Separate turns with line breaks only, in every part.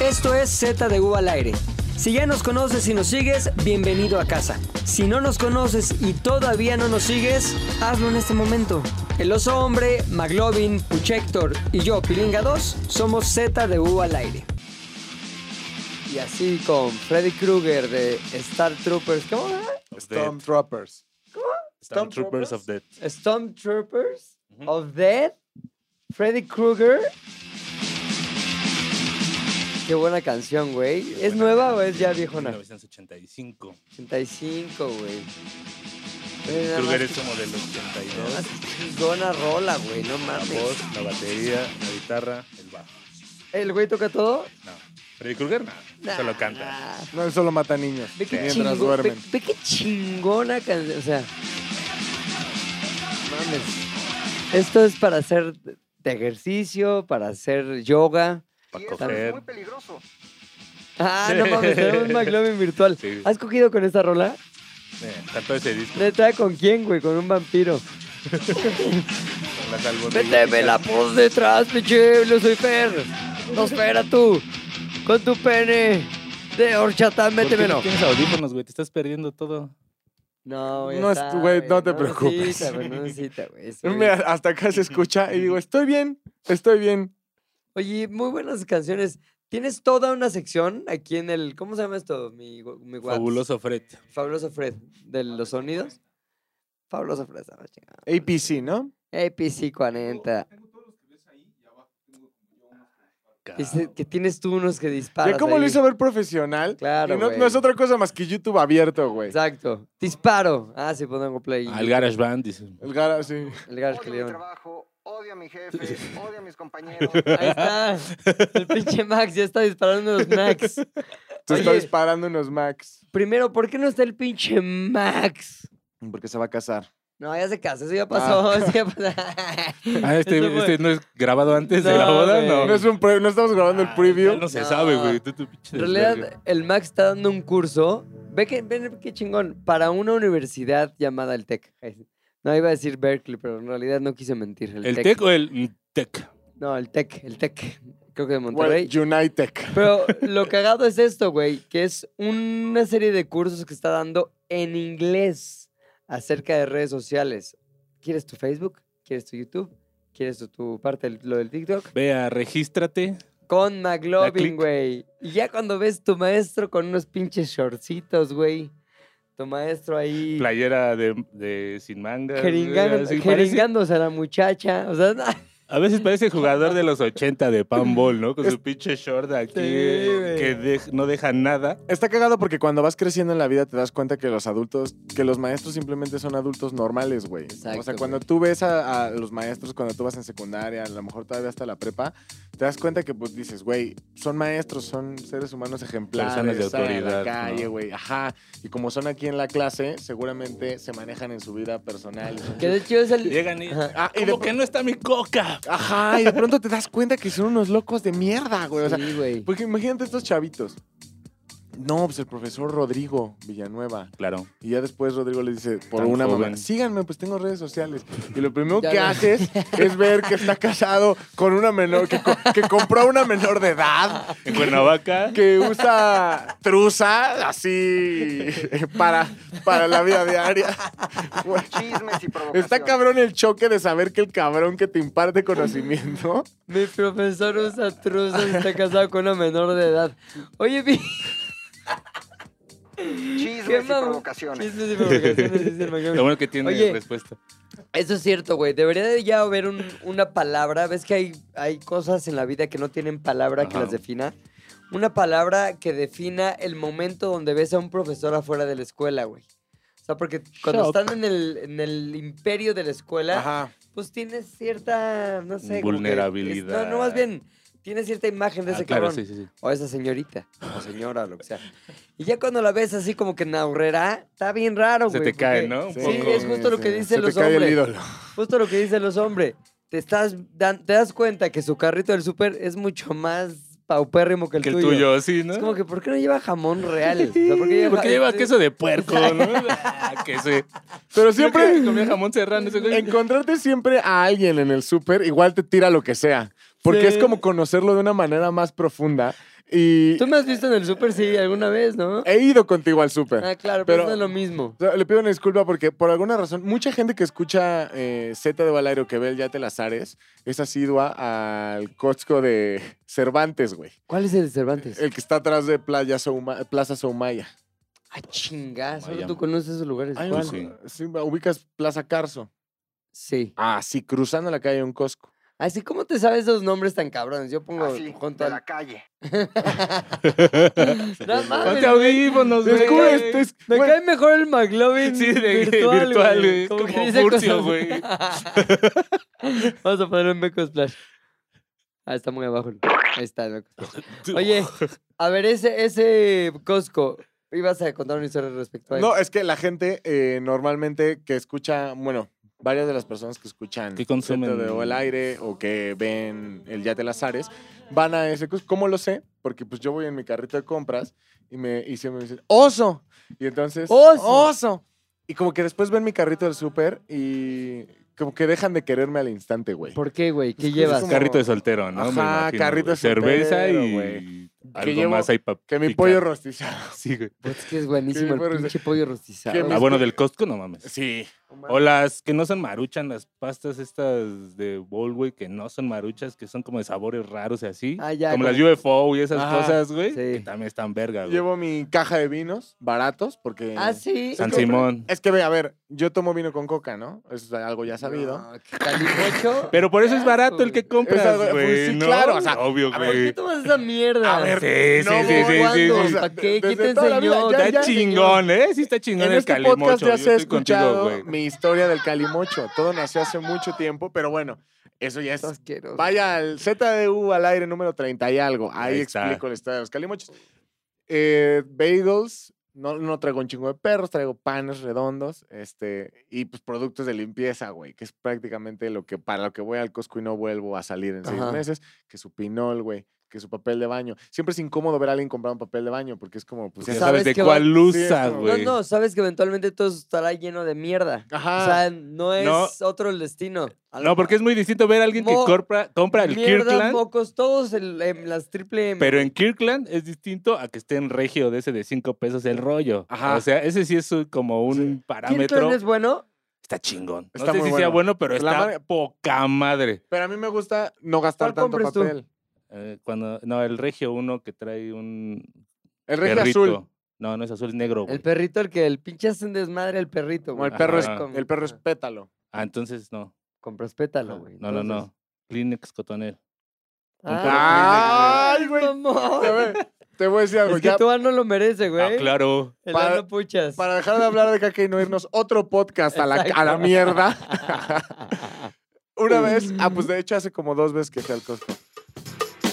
Esto es Z de U al aire. Si ya nos conoces y nos sigues, bienvenido a casa. Si no nos conoces y todavía no nos sigues, hazlo en este momento. El oso hombre, Maglovin, Puchector y yo, Pilinga 2, somos Z de U al aire. Y así con Freddy Krueger de Star Troopers. ¿Cómo era?
Stormtroopers.
Stormtroopers of Death.
Stormtroopers of Death. Freddy Krueger. Qué buena canción, güey.
Qué
¿Es
buena
nueva o
canción.
es ya viejona?
1985.
85, güey. Güey, nada
Kruger
más
es como del
que- nada más
82.
que chingona rola, güey, no
La
mames.
voz, la batería, la guitarra, el bajo.
¿El güey toca todo?
No. Freddy Krueger, no. Solo canta.
Nah.
No, él solo mata niños
Ve qué,
mientras
chingo-
duermen.
ve- ve qué chingona canción. O sea. Mames. Esto es para hacer de ejercicio, para hacer yoga.
Para
también
coger.
peligroso.
Ah, no mames, tenemos un McLovin virtual.
Sí.
¿Has cogido con esta rola?
Eh, cantó ese disco.
¿Neta con quién, güey? Con un vampiro.
con las albóndigas.
Méteme la voz detrás, pinche Lucifer. No espera tú. Con tu pene de horchata,
¿Por qué
métemelo.
no Tienes audífonos, güey. Te estás perdiendo todo.
No,
No es- güey, no te preocupes.
necesita, güey, no necesita, güey. sí.
Mira, hasta acá se escucha y digo, estoy bien, estoy bien.
Oye, muy buenas canciones. Tienes toda una sección aquí en el. ¿Cómo se llama esto? Mi, gu- mi Whats?
Fabuloso Fred.
Fabuloso Fred. De los sonidos. Fabuloso Fred. ah, chingada.
APC, ¿no?
APC 40. Dice que tienes tú unos que disparas.
Ya cómo lo
ahí.
hizo ver profesional.
Claro,
Y no,
güey.
no es otra cosa más que YouTube abierto, güey.
Exacto. Disparo. Ah, sí, pongo play.
Al Garage Band, dice.
El gara, sí.
El Garage que le
Odio mi
llaman.
trabajo, odio a mi jefe, odio a mis compañeros.
Ahí está. El pinche Max ya está disparando los Max.
Se está
Oye.
disparando unos Max.
Primero, ¿por qué no está el pinche Max?
Porque se va a casar.
No, ya se casó, eso ya pasó. eso ya pasó.
Ah, este,
Eso fue-
este no es grabado antes de la
No,
boda,
güey.
no.
No, es un pre- no estamos grabando el
Ah,
preview.
No se
No.
sabe, güey. Tú, tu pinche
En
desvergue.
realidad, el Max está dando un curso. Ve que, ven qué chingón. Para una universidad llamada el TEC. Ay, No, iba a decir Berkeley, pero en realidad no quise mentir. El,
¿El tech o el tech?
No, el TEC, el TEC. Creo que de
Bueno,
Monterrey.
United.
Pero lo cagado es esto, güey, que es una serie de cursos que está dando en inglés acerca de redes sociales. ¿Quieres tu Facebook? ¿Quieres tu YouTube? ¿Quieres tu, tu parte, del- lo del TikTok?
Vea, regístrate.
Con
click.
McLovin, güey. Y ya cuando ves tu maestro con unos pinches shortcitos, güey. Tu maestro ahí
Playera de, de sin manga.
jeringando- jeringándose a la muchacha. O sea, no,
A veces parece jugador de los 80 de panball, ¿no? Con su pinche short aquí
güey.
que de- no deja nada.
Está cagado porque cuando vas creciendo en la vida te das cuenta que los adultos, que los maestros simplemente son adultos normales, güey. o
Exacto,
sea, cuando
güey.
tú ves a, a los maestros, cuando tú vas en secundaria, a lo mejor todavía hasta la prepa, te das cuenta que pues dices, güey, son maestros, son seres humanos ejemplares.
Personas de
salen a
autoridad,
la calle,
¿no?
güey, ajá. Y como son aquí en la clase, seguramente se manejan en su vida personal.
que de hecho es el...
Llegan y.
Ajá.
Ah, y de
¿Cómo que
pr-
no está mi coca?
Ajá, y de pronto te das cuenta que son unos locos de mierda, güey. O sea, pues,
Sí, güey.
porque imagínate estos chavitos. No, pues el profesor Rodrigo Villanueva.
Claro.
Y ya después Rodrigo le dice, por
Tan
una mamá,
joven.
síganme, pues tengo redes sociales. Y lo primero
Ya
que
no.
haces es ver que está casado con una menor, que, co- que compró a una menor de edad,
En Cuernavaca.
que usa truza así para, para la vida diaria. Güey,
Chismes y provocaciones.
Está cabrón el choque de saber que el cabrón que te imparte conocimiento
Mi profesor usa truzas y está casado con una menor de edad. Oye, vi- qué
Chismes y
mam-
provocaciones.
chismes y provocaciones, dice el McLovin.
Lo bueno que tiene
Oye.
respuesta.
Eso es cierto, güey. Debería de ya haber un- una palabra. ¿Ves que hay, hay cosas en la vida que no tienen palabra que
Ajá.
las defina? Una palabra que defina el momento donde ves a un profesor afuera de la escuela, güey. O sea, porque cuando
Shock.
están en el, en el imperio de la escuela,
Ajá.
pues tienes cierta, no sé. como que-
Vulnerabilidad.
no, no, más bien, tienes cierta imagen de ese
Ah, claro,
cabrón.
sí, sí, sí.
O esa señorita, o señora, lo que sea. Y ya cuando la ves así como que naurrera, está bien raro,
Se
güey.
te cae,
porque-
¿no? Un
Sí,
poco.
es justo lo que
sí.
dicen
Se
los
te cae el
hombres.
ídolo.
Justo lo que dicen los hombres. Te, estás dan- te das cuenta que su carrito del súper es mucho más paupérrimo que el,
Que el tuyo, sí, ¿no?
Es como que, ¿por qué no lleva jamón real? O sea, ¿por qué
Sí,
lleva, este?
Porque lleva
sí.
queso de puerco, ¿no? Ah, que se...
Pero siempre...
comía jamón serrano ese güey.
Encontrarte siempre a alguien en el súper igual te tira lo que sea. Porque
Sí.
es como conocerlo de una manera más profunda. Y
Tú me has visto en el Super sí alguna vez, ¿no?
he ido contigo al súper.
Ah, claro, pero,
pero-
no es lo mismo.
O sea, Le pido una disculpa porque por alguna razón, mucha gente que escucha eh, Z de Valero que ve el Yate Lazares es asidua al Costco de Cervantes, güey.
¿Cuál es el de Cervantes?
El que está atrás de Playa Souma- Plaza Soumaya.
Ah, chingada, solo
Miami.
tú conoces esos lugares.
Hay un-
¿Cuál?
sí.
sí, ubicas Plaza Carso.
Sí.
Ah, sí, cruzando la calle hay un Costco.
Así como te sabes esos nombres tan cabrones, yo pongo
Así,
junto
Ah, de
al...
la calle.
No
Ponte
mames,
audífonos, güey.
Descubre esto, es-
me
bueno,
cae mejor el McLovin
Sí, de-
virtual,
virtual,
güey.
güey,
Como que
como
dice
Furcio,
cosas-
güey.
Vamos a poner un Meco Splash. Ah, está muy abajo. Ahí está el Meco Splash. Oye, a ver, ese, ese Costco, ibas a contar una historia respecto a él.
No, es que la gente eh, normalmente que escucha, bueno, varias de las personas que escuchan
Que consumen.
Zeta de O el aire o que ven el Yate Lazares van a ese cus- ¿Cómo lo sé? Porque pues yo voy en mi carrito de compras y me y siempre me dicen oso y entonces
¡Oso!
oso y como que después ven mi carrito del súper y como que dejan de quererme al instante, güey.
¿Por qué, güey? ¿Qué
Es que
llevas?
como-
Carrito de soltero, ¿no? Me
Ajá,
imagino,
carrito
güey.
de
Cerveza
soltero,
y
güey.
algo
llevo-
más ahí pa'
Que mi
picar.
pollo rostizado.
Sí, güey.
Pues es que es buenísimo
pero
el
es de-
pinche pollo rostizado.
que
güey.
mis-
Ah, bueno, del Costco no mames.
Sí.
O las que no son maruchan, las pastas estas de bol, güey, que no son maruchas, que son como de sabores raros y así.
Ah, ya,
como
como-
las UFO y esas
Ajá,
cosas, güey,
sí.
que también están verga, güey.
Llevo mi caja de vinos baratos porque
Ah, sí.
San
es que-
Simón.
Es que ve, a ver, yo tomo vino con coca, ¿no? Eso es algo ya sabido.
No, ¿qué calimocho?
Pero por eso es
Asco,
barato el que
güey.
Es
compras,
algo-
güey.
pues sí,
¿no?
claro, o sea,
obvio,
a
¿Por qué
güey.
tomas esa mierda?
A ver,
Sí, sí,
no,
sí, sí, sí,
¿cuándo?
sí.
¿Para qué?
desde
¿Quién te
toda la vida,
enseñó?
ya-
Está
ya-
chingón, ¿eh? Sí está chingón
En
el
este podcast
calimocho.
ya
Yo
se ha
estoy contigo,
escuchado
güey.
mi historia del calimocho. Todo nació hace mucho tiempo, pero bueno, eso ya es.
Estás asqueroso.
Vaya al ZDU al aire número 30 y algo. Ahí,
Ahí está.
explico la historia de los calimochos. Eh, bagels, no, no traigo un chingo de perros, traigo panes redondos este, y pues productos de limpieza, güey, que es prácticamente lo que para lo que voy al Costco y no vuelvo a salir en seis
Ajá.
meses, que su pinol, güey, que su papel de baño. Siempre es incómodo ver a alguien comprar un papel de baño porque es como, pues
Ya
Porque
ya
sabe- ¿Sabes
sabes
sabes.
de
qué va-
cuál usa,
no,
No,
güey.
no, sabes que eventualmente todo eso estará lleno de mierda.
Ajá.
O sea, no es
No.
otro el destino. A lo
No, porque es muy distinto ver a alguien que
Mo-
compra, compra el
mierda,
Kirkland
mocos, todos el- em, las triple M.
Pero en Kirkland es distinto a que esté en regio de ese de 5 pesos el rollo.
Ajá.
O sea, ese sí es un- como un parámetro.
¿Kirkland es bueno?
Está chingón.
Está
no sé
muy
si sea
bueno.
bueno, pero
La
está
madre-
poca madre.
Pero a mí me gusta no gastar
¿Cuál
tanto
compras tú?
papel.
Eh, cuando, no, el regio uno que trae un
El rey
perrito.
azul.
No, no es azul, es negro. güey.
El perrito, el que el pinche hacen desmadre el perrito.
Como
güey.
el perro, es,
Ajá.
Con-
el perro es pétalo.
Ah, entonces no.
Con prospétalo,
Ajá.
güey.
No, no,
entonces.
no. Kleenex cotonel.
Ah,
perro Kleenex,
mamón.
Te voy, te voy a decir algo.
Es que
ya
tu ano lo merece, güey.
Ah, claro.
El
Para-
ano puchas.
Para dejar de hablar de caca y no irnos otro podcast a la, a la mierda. Una vez, ah, pues de hecho hace como dos veces que fui al Costco.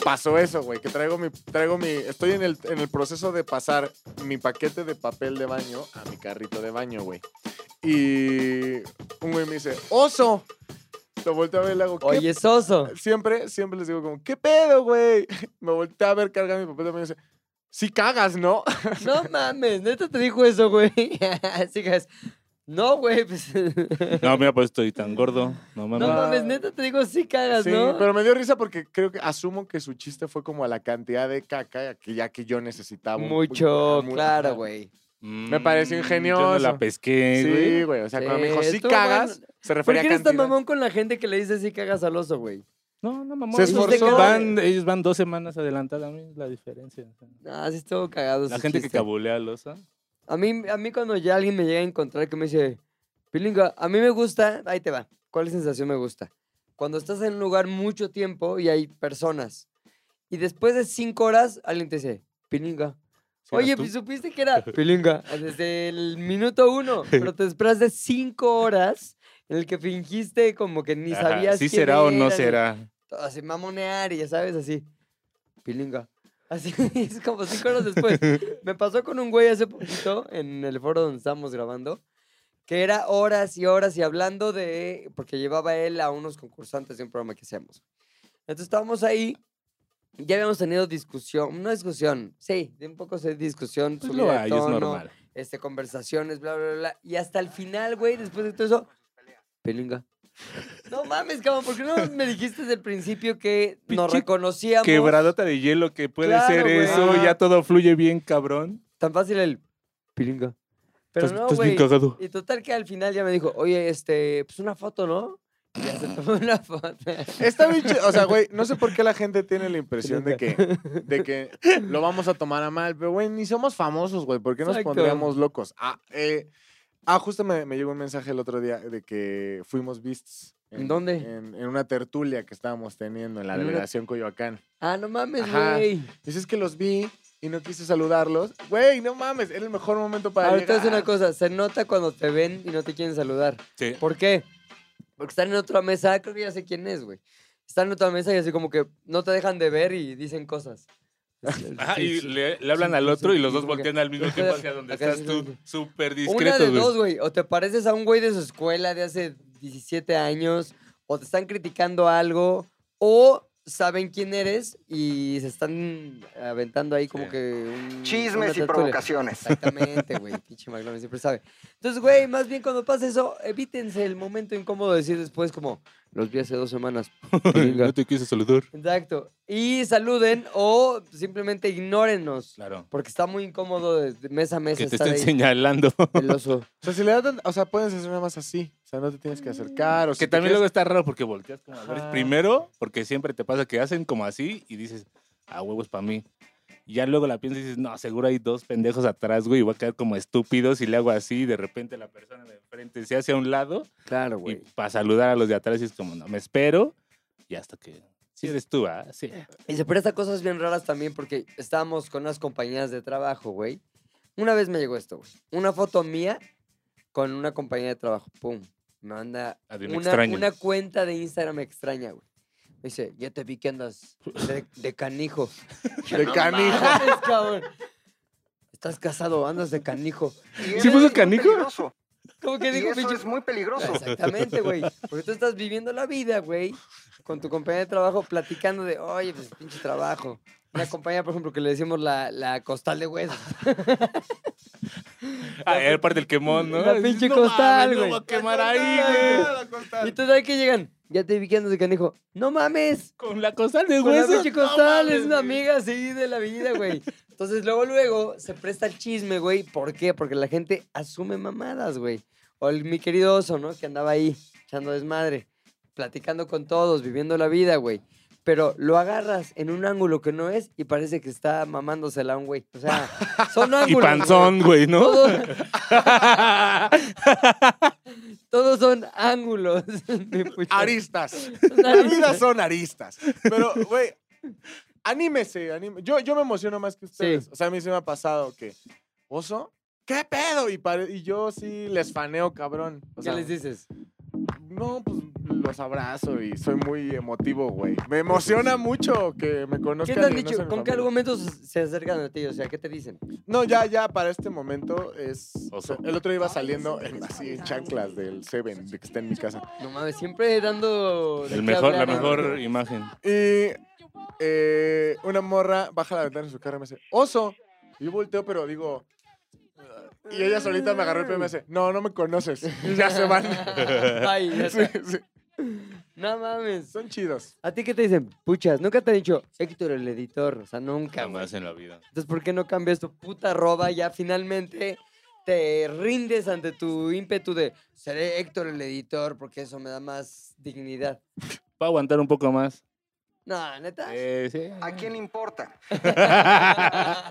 Pasó eso, güey, que traigo mi, traigo mi, estoy en el, en el proceso de pasar mi paquete de papel de baño a mi carrito de baño, güey. Y un güey me dice, oso. Lo volteo a ver y le hago, ¿qué
Oye, soso.
siempre, siempre les digo como, ¿qué pedo, güey? Me volteé a ver cargar mi papel de baño y dice, sí cagas, ¿no?
No mames, neta te dijo eso, güey. Así que es, no, güey. pues,
No, mira, pues estoy tan gordo. No mames.
no mames, neta te digo sí cagas,
Sí,
¿no?
pero me dio risa porque creo que asumo que su chiste fue como a la cantidad de caca que ya que yo
Ah,
necesitaba. un-
Mucho,
muy-
claro,
ajá.
güey.
Mm,
Me pareció
yo
ingenioso.
no la pesqué, güey.
Sí, güey. O sea, cuando me dijo,
Sí,
sí
estuvo
cagas,
bueno.
se
¿Por qué
refería a
eres tan
cantidad.
mamón con la gente que le dice sí cagas al oso, güey?
No, no, mamón.
Se
Pues,
ellos
esforzó.
te- Van, ellos van dos semanas adelantadas a mí, la diferencia. o sea.
Ah, sí estuvo cagado.
La
ese
gente que
chiste.
cabulea a losa.
A mí, a mí cuando ya alguien me llega a encontrar que me dice, Pilinga, a mí me gusta, ahí te va, ¿cuál sensación me gusta? Cuando estás en un lugar mucho tiempo y hay personas, y después de cinco horas alguien te dice, Pilinga.
Sí, eras
Oye,
tú.
pues supiste que era Pilinga desde el minuto uno, pero te esperas de cinco horas en el que fingiste como que ni
Ajá,
sabías
Sí
quién
será o
era, Pues
no
ni-
será.
Así mamonear y ya sabes, así. Pilinga. Así es como cinco horas después. Me pasó con un güey hace poquito en el foro donde estábamos grabando, que era horas y horas y hablando de. Porque llevaba él a unos concursantes de un programa que hacemos. Entonces estábamos ahí, ya habíamos tenido discusión, no discusión, sí, de un poco de discusión,
Pues
subida
lo
de
hay, es
tono,
normal.
este, conversaciones, bla, bla, bla. Y hasta el final, güey, después de todo eso, Pilinga. No mames, cabrón, ¿por qué no me dijiste desde el principio que nos
Pinche
reconocíamos?
Quebradota de hielo que puede
Claro,
ser
güey.
eso.
Ajá.
Ya todo fluye bien, cabrón.
Tan fácil el pilinga. Pero
estás
no,
estás bien
güey.
cagado.
Y total que al final ya me dijo, oye, este, pues una foto, ¿no? Y ya se tomó una foto.
Está bien chido. O sea, güey, no sé por qué la gente tiene la impresión de que, de que lo vamos a tomar a mal. Pero, güey, ni somos famosos, güey. ¿Por qué nos
Exacto.
pondríamos locos? Ah, eh, ah, justo me, me llegó un mensaje el otro día de que fuimos vistos.
¿En dónde?
En, en una tertulia que estábamos teniendo en la
En una-
delegación Coyoacán.
Ah, no mames,
Ajá.
güey.
Dices que los vi y no quise saludarlos. Güey, no mames, era el mejor momento para
Ahorita es
llegar.
una cosa, se nota cuando te ven y no te quieren saludar.
Sí.
¿Por qué? Porque están en otra mesa, creo que ya sé quién es, güey. Están en otra mesa y así como que no te dejan de ver y dicen cosas.
Ajá,
Sí,
y
Ah, sí.
le, le hablan
sí,
al
sí,
otro y
sí,
los dos
como que-
voltean al mismo
Ajá,
tiempo hacia donde
acá
estás
sí, sí,
tú. Súper
Una de
discreto,
dos,
güey.
güey. O te pareces a un güey de su escuela de hace 17 años, o te están criticando algo, o saben quién eres y se están aventando ahí como
Sí.
que... un- una
Chismes y
tertulia.
provocaciones.
Exactamente, güey. Pinche McLovin siempre sabe. Entonces, güey, más bien cuando pasa eso, evítense el momento incómodo de decir después como, los vi hace dos semanas. Venga.
no te quise saludar.
Exacto. Y saluden o simplemente ignórennos.
Claro.
Porque está muy incómodo de, de mesa a mesa
Que te
estar
estén
ahí.
señalando.
El oso.
O sea, si le dan, o sea, puedes hacer nada más así. O sea, no te tienes que acercar. O si
Pues
Que
te
también luego
quieres-
está raro porque volteas como a ver.
Ajá.
Primero, porque siempre te pasa que hacen como así y dices, ah, huevos para mí. Y Ya luego la piensas y dices, no, seguro hay dos pendejos atrás, güey, y voy a quedar como estúpido si le hago así y de repente la persona de enfrente se hace a un lado
Claro,
y para saludar a los de atrás y es como, no, me espero y hasta que... Si eres tú, ¿ah? Sí.
Y se presta cosas bien raras también porque estábamos con unas compañías de trabajo, güey. Una vez me llegó esto, güey. Una foto mía con una compañía de trabajo. Pum. Me manda
Ah, de un
una,
extraño.
una cuenta de Instagram extraña, güey. Me dice, ya te vi que andas de, de canijo.
De canijo.
mames, cabrón. Estás casado, andas de canijo.
Y
¿Sí
eso
puso
es muy
canijo?
peligroso,
¿Cómo
Y
que dijo,
eso
pinche-
es muy peligroso.
Exactamente, güey. Porque tú estás viviendo la vida, güey, con tu compañía de trabajo platicando de, oye, pues pinche trabajo. Una compañía, por ejemplo, que le decimos la, la costal de huesos.
Ah, era parte del quemón, ¿no?
La
Dices,
pinche
"No mames,
costal,
No
güey".
voy a quemar ahí, güey.
Y tú ahí que llegan, ya te vi que andas de canijo. ¡No mames!
Con la costal de
Con la
hueso.
pinche
Pues no
costal es
mames,
una
güey.
amiga así de la vida, güey. Entonces, luego, luego, se presta el chisme, güey. ¿Por qué? Porque la gente asume mamadas, güey. O el, mi querido oso, ¿no? Que andaba ahí echando desmadre, platicando con todos, viviendo la vida, güey. Pero lo agarras en un ángulo que no es y parece que está mamándosela a un güey. O sea, son
Y
ángulos. güey.
panzón, güey, ¿no?
Todos, todos son ángulos. mi pucha.
Aristas.
Son
La vida
aristas.
son aristas. Pero, güey, anímese, anímese. Yo, yo me emociono más que ustedes. O sea, a mí se me ha pasado que, oso, ¿qué pedo? Y, pare- y yo sí les faneo, cabrón. O
¿Qué
sea,
les dices?
No, pues los abrazo y soy muy emotivo, güey. Me emociona mucho que me
¿Qué
conozcan.
te han
y no
dicho?
sea
¿Con
mi
qué
familia.
argumentos se acercan a ti? O sea, ¿qué te dicen?
No, ya, ya, para este momento es... o sea,
Oso.
el otro iba saliendo en- así en chanclas del Seven, de que está en mi casa.
No mames, siempre dando... de
Pues
El
qué
mejor, la
hablar, ¿eh?
mejor imagen.
Y eh, una morra baja la ventana de su carro y me dice, oso. Y yo volteo, pero digo... Y ella solita me agarró el pelo y me dice, no, no me conoces. Y ya se van.
Ay, ya
Sí,
está.
sí.
No mames.
Son chidos.
¿A ti qué te dicen? Puchas, nunca te han dicho Héctor el editor. O sea, nunca, güey.
Jamás en la vida.
Entonces, ¿por qué no cambias tu puta arroba? Ya finalmente te rindes ante tu ímpetu de seré Héctor el editor porque eso me da más dignidad.
Va a aguantar un poco más.
No, neta.
Eh, sí.
¿A quién importa?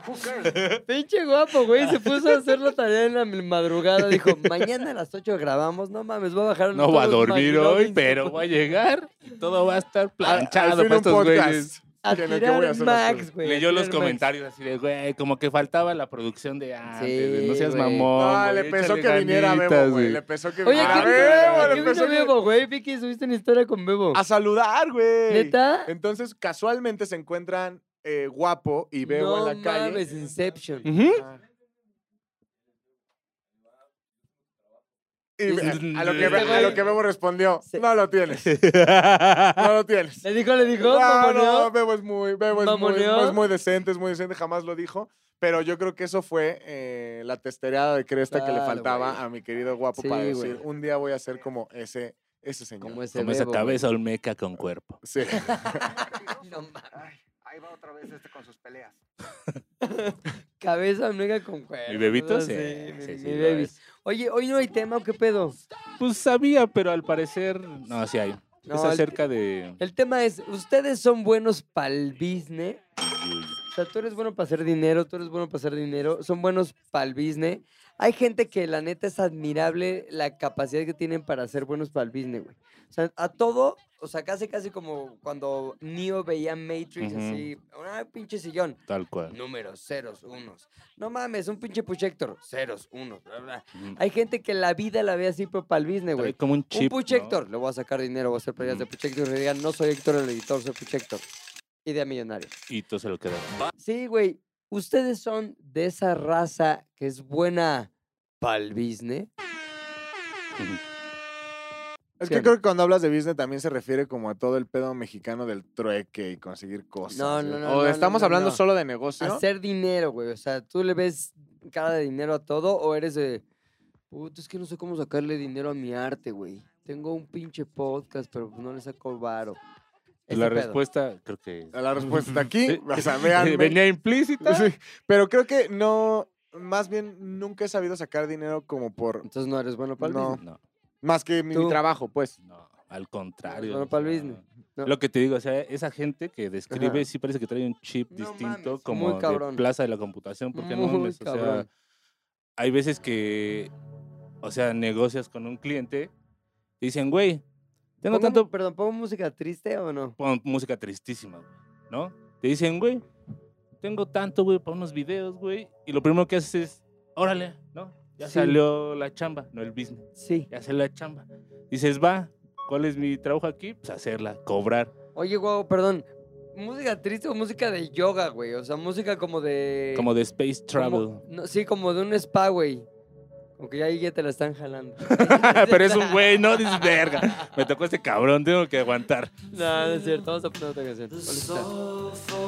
Who cares?
Pinche guapo, güey. Se puso a hacer la tarea en la madrugada. Dijo, mañana a las 8 grabamos. No mames, voy a bajar.
No voy a
todos los
dormir hoy,
McLovins".
pero voy a llegar y todo va a estar
Al
planchado para
fin un
estos
podcast
güeyes.
A
en el que
tirar
voy a hacer las
Max,
cosas.
güey. a
Leyó los
tirar Max.
comentarios así de, güey, como que faltaba la producción de antes. de, no seas
güey.
mamón.
No, le
güey,
pensó
échale
que viniera Bebo,
ganitas,
Ah, güey. Le pensó que
Oye,
viniera
¿qué,
Bebo.
¿qué
Le
vino
pensó que-
Bebo, güey? Vicky, subiste una historia con Bebo.
a saludar, güey.
¿Neta?
Entonces, casualmente se encuentran eh, guapo y Bebo
no
en la calle.
mames, Inception.
Ujú.
Ah. Y
Dices,
eh, a, lo que,
"Este
Be- a lo
güey-
que Bebo respondió,
Sí.
no lo tienes, no lo tienes.
¿Le dijo, le dijo?
No,
mamoneó?
no, Bebo es muy, Bebo es muy,
¿Mamoneó?
es muy decente, es muy decente, jamás lo dijo. Pero yo creo que eso fue eh, la testereada de cresta que le
Claro,
faltaba
güey.
a mi querido guapo
Sí,
para decir,
güey.
un día voy a ser como ese Ese señor.
Como ese
Como esa
bebo,
cabeza olmeca con cuerpo.
Sí.
No mames.
Ay, ahí va otra vez este con sus peleas.
Cabeza ombliga con cuerpo.
¿Mi bebito? Sí,
mi,
sí, sí,
mi
lo
baby.
es.
Oye, ¿hoy no hay tema o qué pedo?
Pues sabía, pero al parecer. No, sí hay.
No,
es
el-
acerca de.
El tema es, ¿ustedes son buenos para el business? O sea, tú eres bueno para hacer dinero, tú eres bueno para hacer dinero, son buenos para el business. Hay gente que la neta es admirable la capacidad que tienen para ser buenos para el business, güey. O sea, a todo, o sea, casi casi como cuando Neo veía Matrix,
Ujú.
así, un pinche sillón.
Tal cual.
Números, ceros, unos. No mames, un pinche puchector. Ceros, unos, bla, bla.
Ujú.
Hay gente que la vida la ve así, pero para el business,
Trae
güey.
como un
un
chip.
puchector, le voy a sacar dinero, voy a hacer peleas de
Ujú.
puchector y digan, no soy Héctor el editor, soy puchector. Idea millonaria.
¿no? Y todo se lo queda.
Sí, güey. ¿Ustedes son de esa raza que es buena pa'l business?
Es
Sí,
que
¿no?
creo que cuando hablas de business también se refiere como a todo el pedo mexicano del trueque y conseguir cosas.
No,
güey.
no, no,
O
no, no,
estamos
no,
hablando
no.
solo de negocio.
Hacer dinero, güey. O sea, ¿tú le ves cara de dinero a todo o eres de... Puta, es que no sé cómo sacarle dinero a mi arte, güey. Tengo un pinche podcast, pero pues, no le saco varo.
Pues, La
Ese pedo.
respuesta, creo que.
A La respuesta está aquí.
Sí.
O sea, véanme.
Venía implícita.
Sí, pero creo que no, más bien nunca he sabido sacar dinero como por,
Entonces no eres bueno para el
No.
business.
No,
más que mi,
Tú.
trabajo, pues.
no, al contrario.
bueno
o
pa'l
sea,
business, ¿no?
Lo que te digo, o sea, esa gente que describe
Ajá.
sí parece que trae un chip
No
distinto
mames,
como
muy cabrón.
de plaza de la computación, porque no
Muy
mames, o sea,
cabrón.
hay veces que, o sea, negocias con un cliente, y dicen, güey, tengo
Pongo-
tanto
Perdón, ¿pongo música triste o no?
pon música tristísima, güey, ¿no? Te dicen, güey, tengo tanto, güey, para unos videos, güey. Y lo primero que haces es, órale, ¿no? Ya
Sí.
salió la chamba, no el business.
Sí.
Ya salió la chamba. Dices, va, ¿cuál es mi trabajo aquí? Pues hacerla, cobrar.
Oye, guau, perdón. ¿Música triste o música de yoga, güey? O sea, música como de...
Como de space travel.
Como- no, sí, como de un spa, güey. Aunque ya ahí ya te la están jalando.
Pero es un güey, ¿no? Dices, verga, me tocó este cabrón, tengo que aguantar.
No, no es cierto. Vamos a poner otra canción. ¿Cuál está?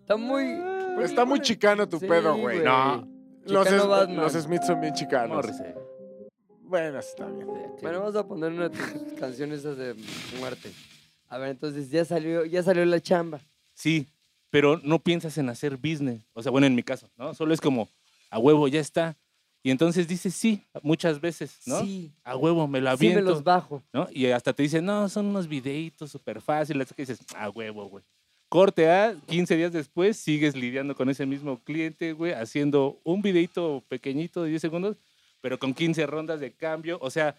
Está muy... ¿por qué
Está muy
pones-
chicano tu
Pues Sí,
pedo, güey.
No.
Los,
Chicano
es-
Batman.
los Smiths son bien chicanos.
Morrissey.
Bueno, está bien.
Bueno, vamos a poner una de tus canciones esas de muerte. A ver, entonces ya salió, ya salió la chamba.
Sí, pero no piensas en hacer business. O sea, bueno, en mi caso, ¿no? Solo es como, a huevo, ya está. Y entonces dices sí muchas veces, ¿no?
Sí.
A huevo, me la
Sí
aviento.
me los bajo.
¿no? Y hasta te dicen, no, son unos videitos súper fáciles. Que dices, a huevo, güey. Corte a 15 días después, sigues lidiando con ese mismo cliente, güey, haciendo un videito pequeñito de 10 segundos, pero con 15 rondas de cambio. O sea,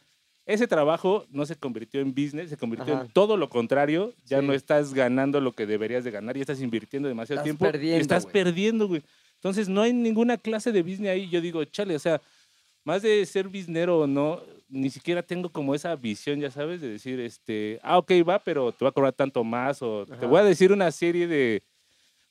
ese trabajo no se convirtió en business, se convirtió
Ajá.
en todo lo contrario. Ya
Sí.
no estás ganando lo que deberías de ganar, ya estás invirtiendo demasiado
Estás
tiempo.
perdiendo,
estás
güey.
perdiendo, güey. Entonces, no hay ninguna clase de business ahí. Yo digo, chale, o sea, más de ser biznero o no, ni siquiera tengo como esa visión, ya sabes, de decir, este, ah, ok, va, pero te va a cobrar tanto más, o te voy a decir una serie de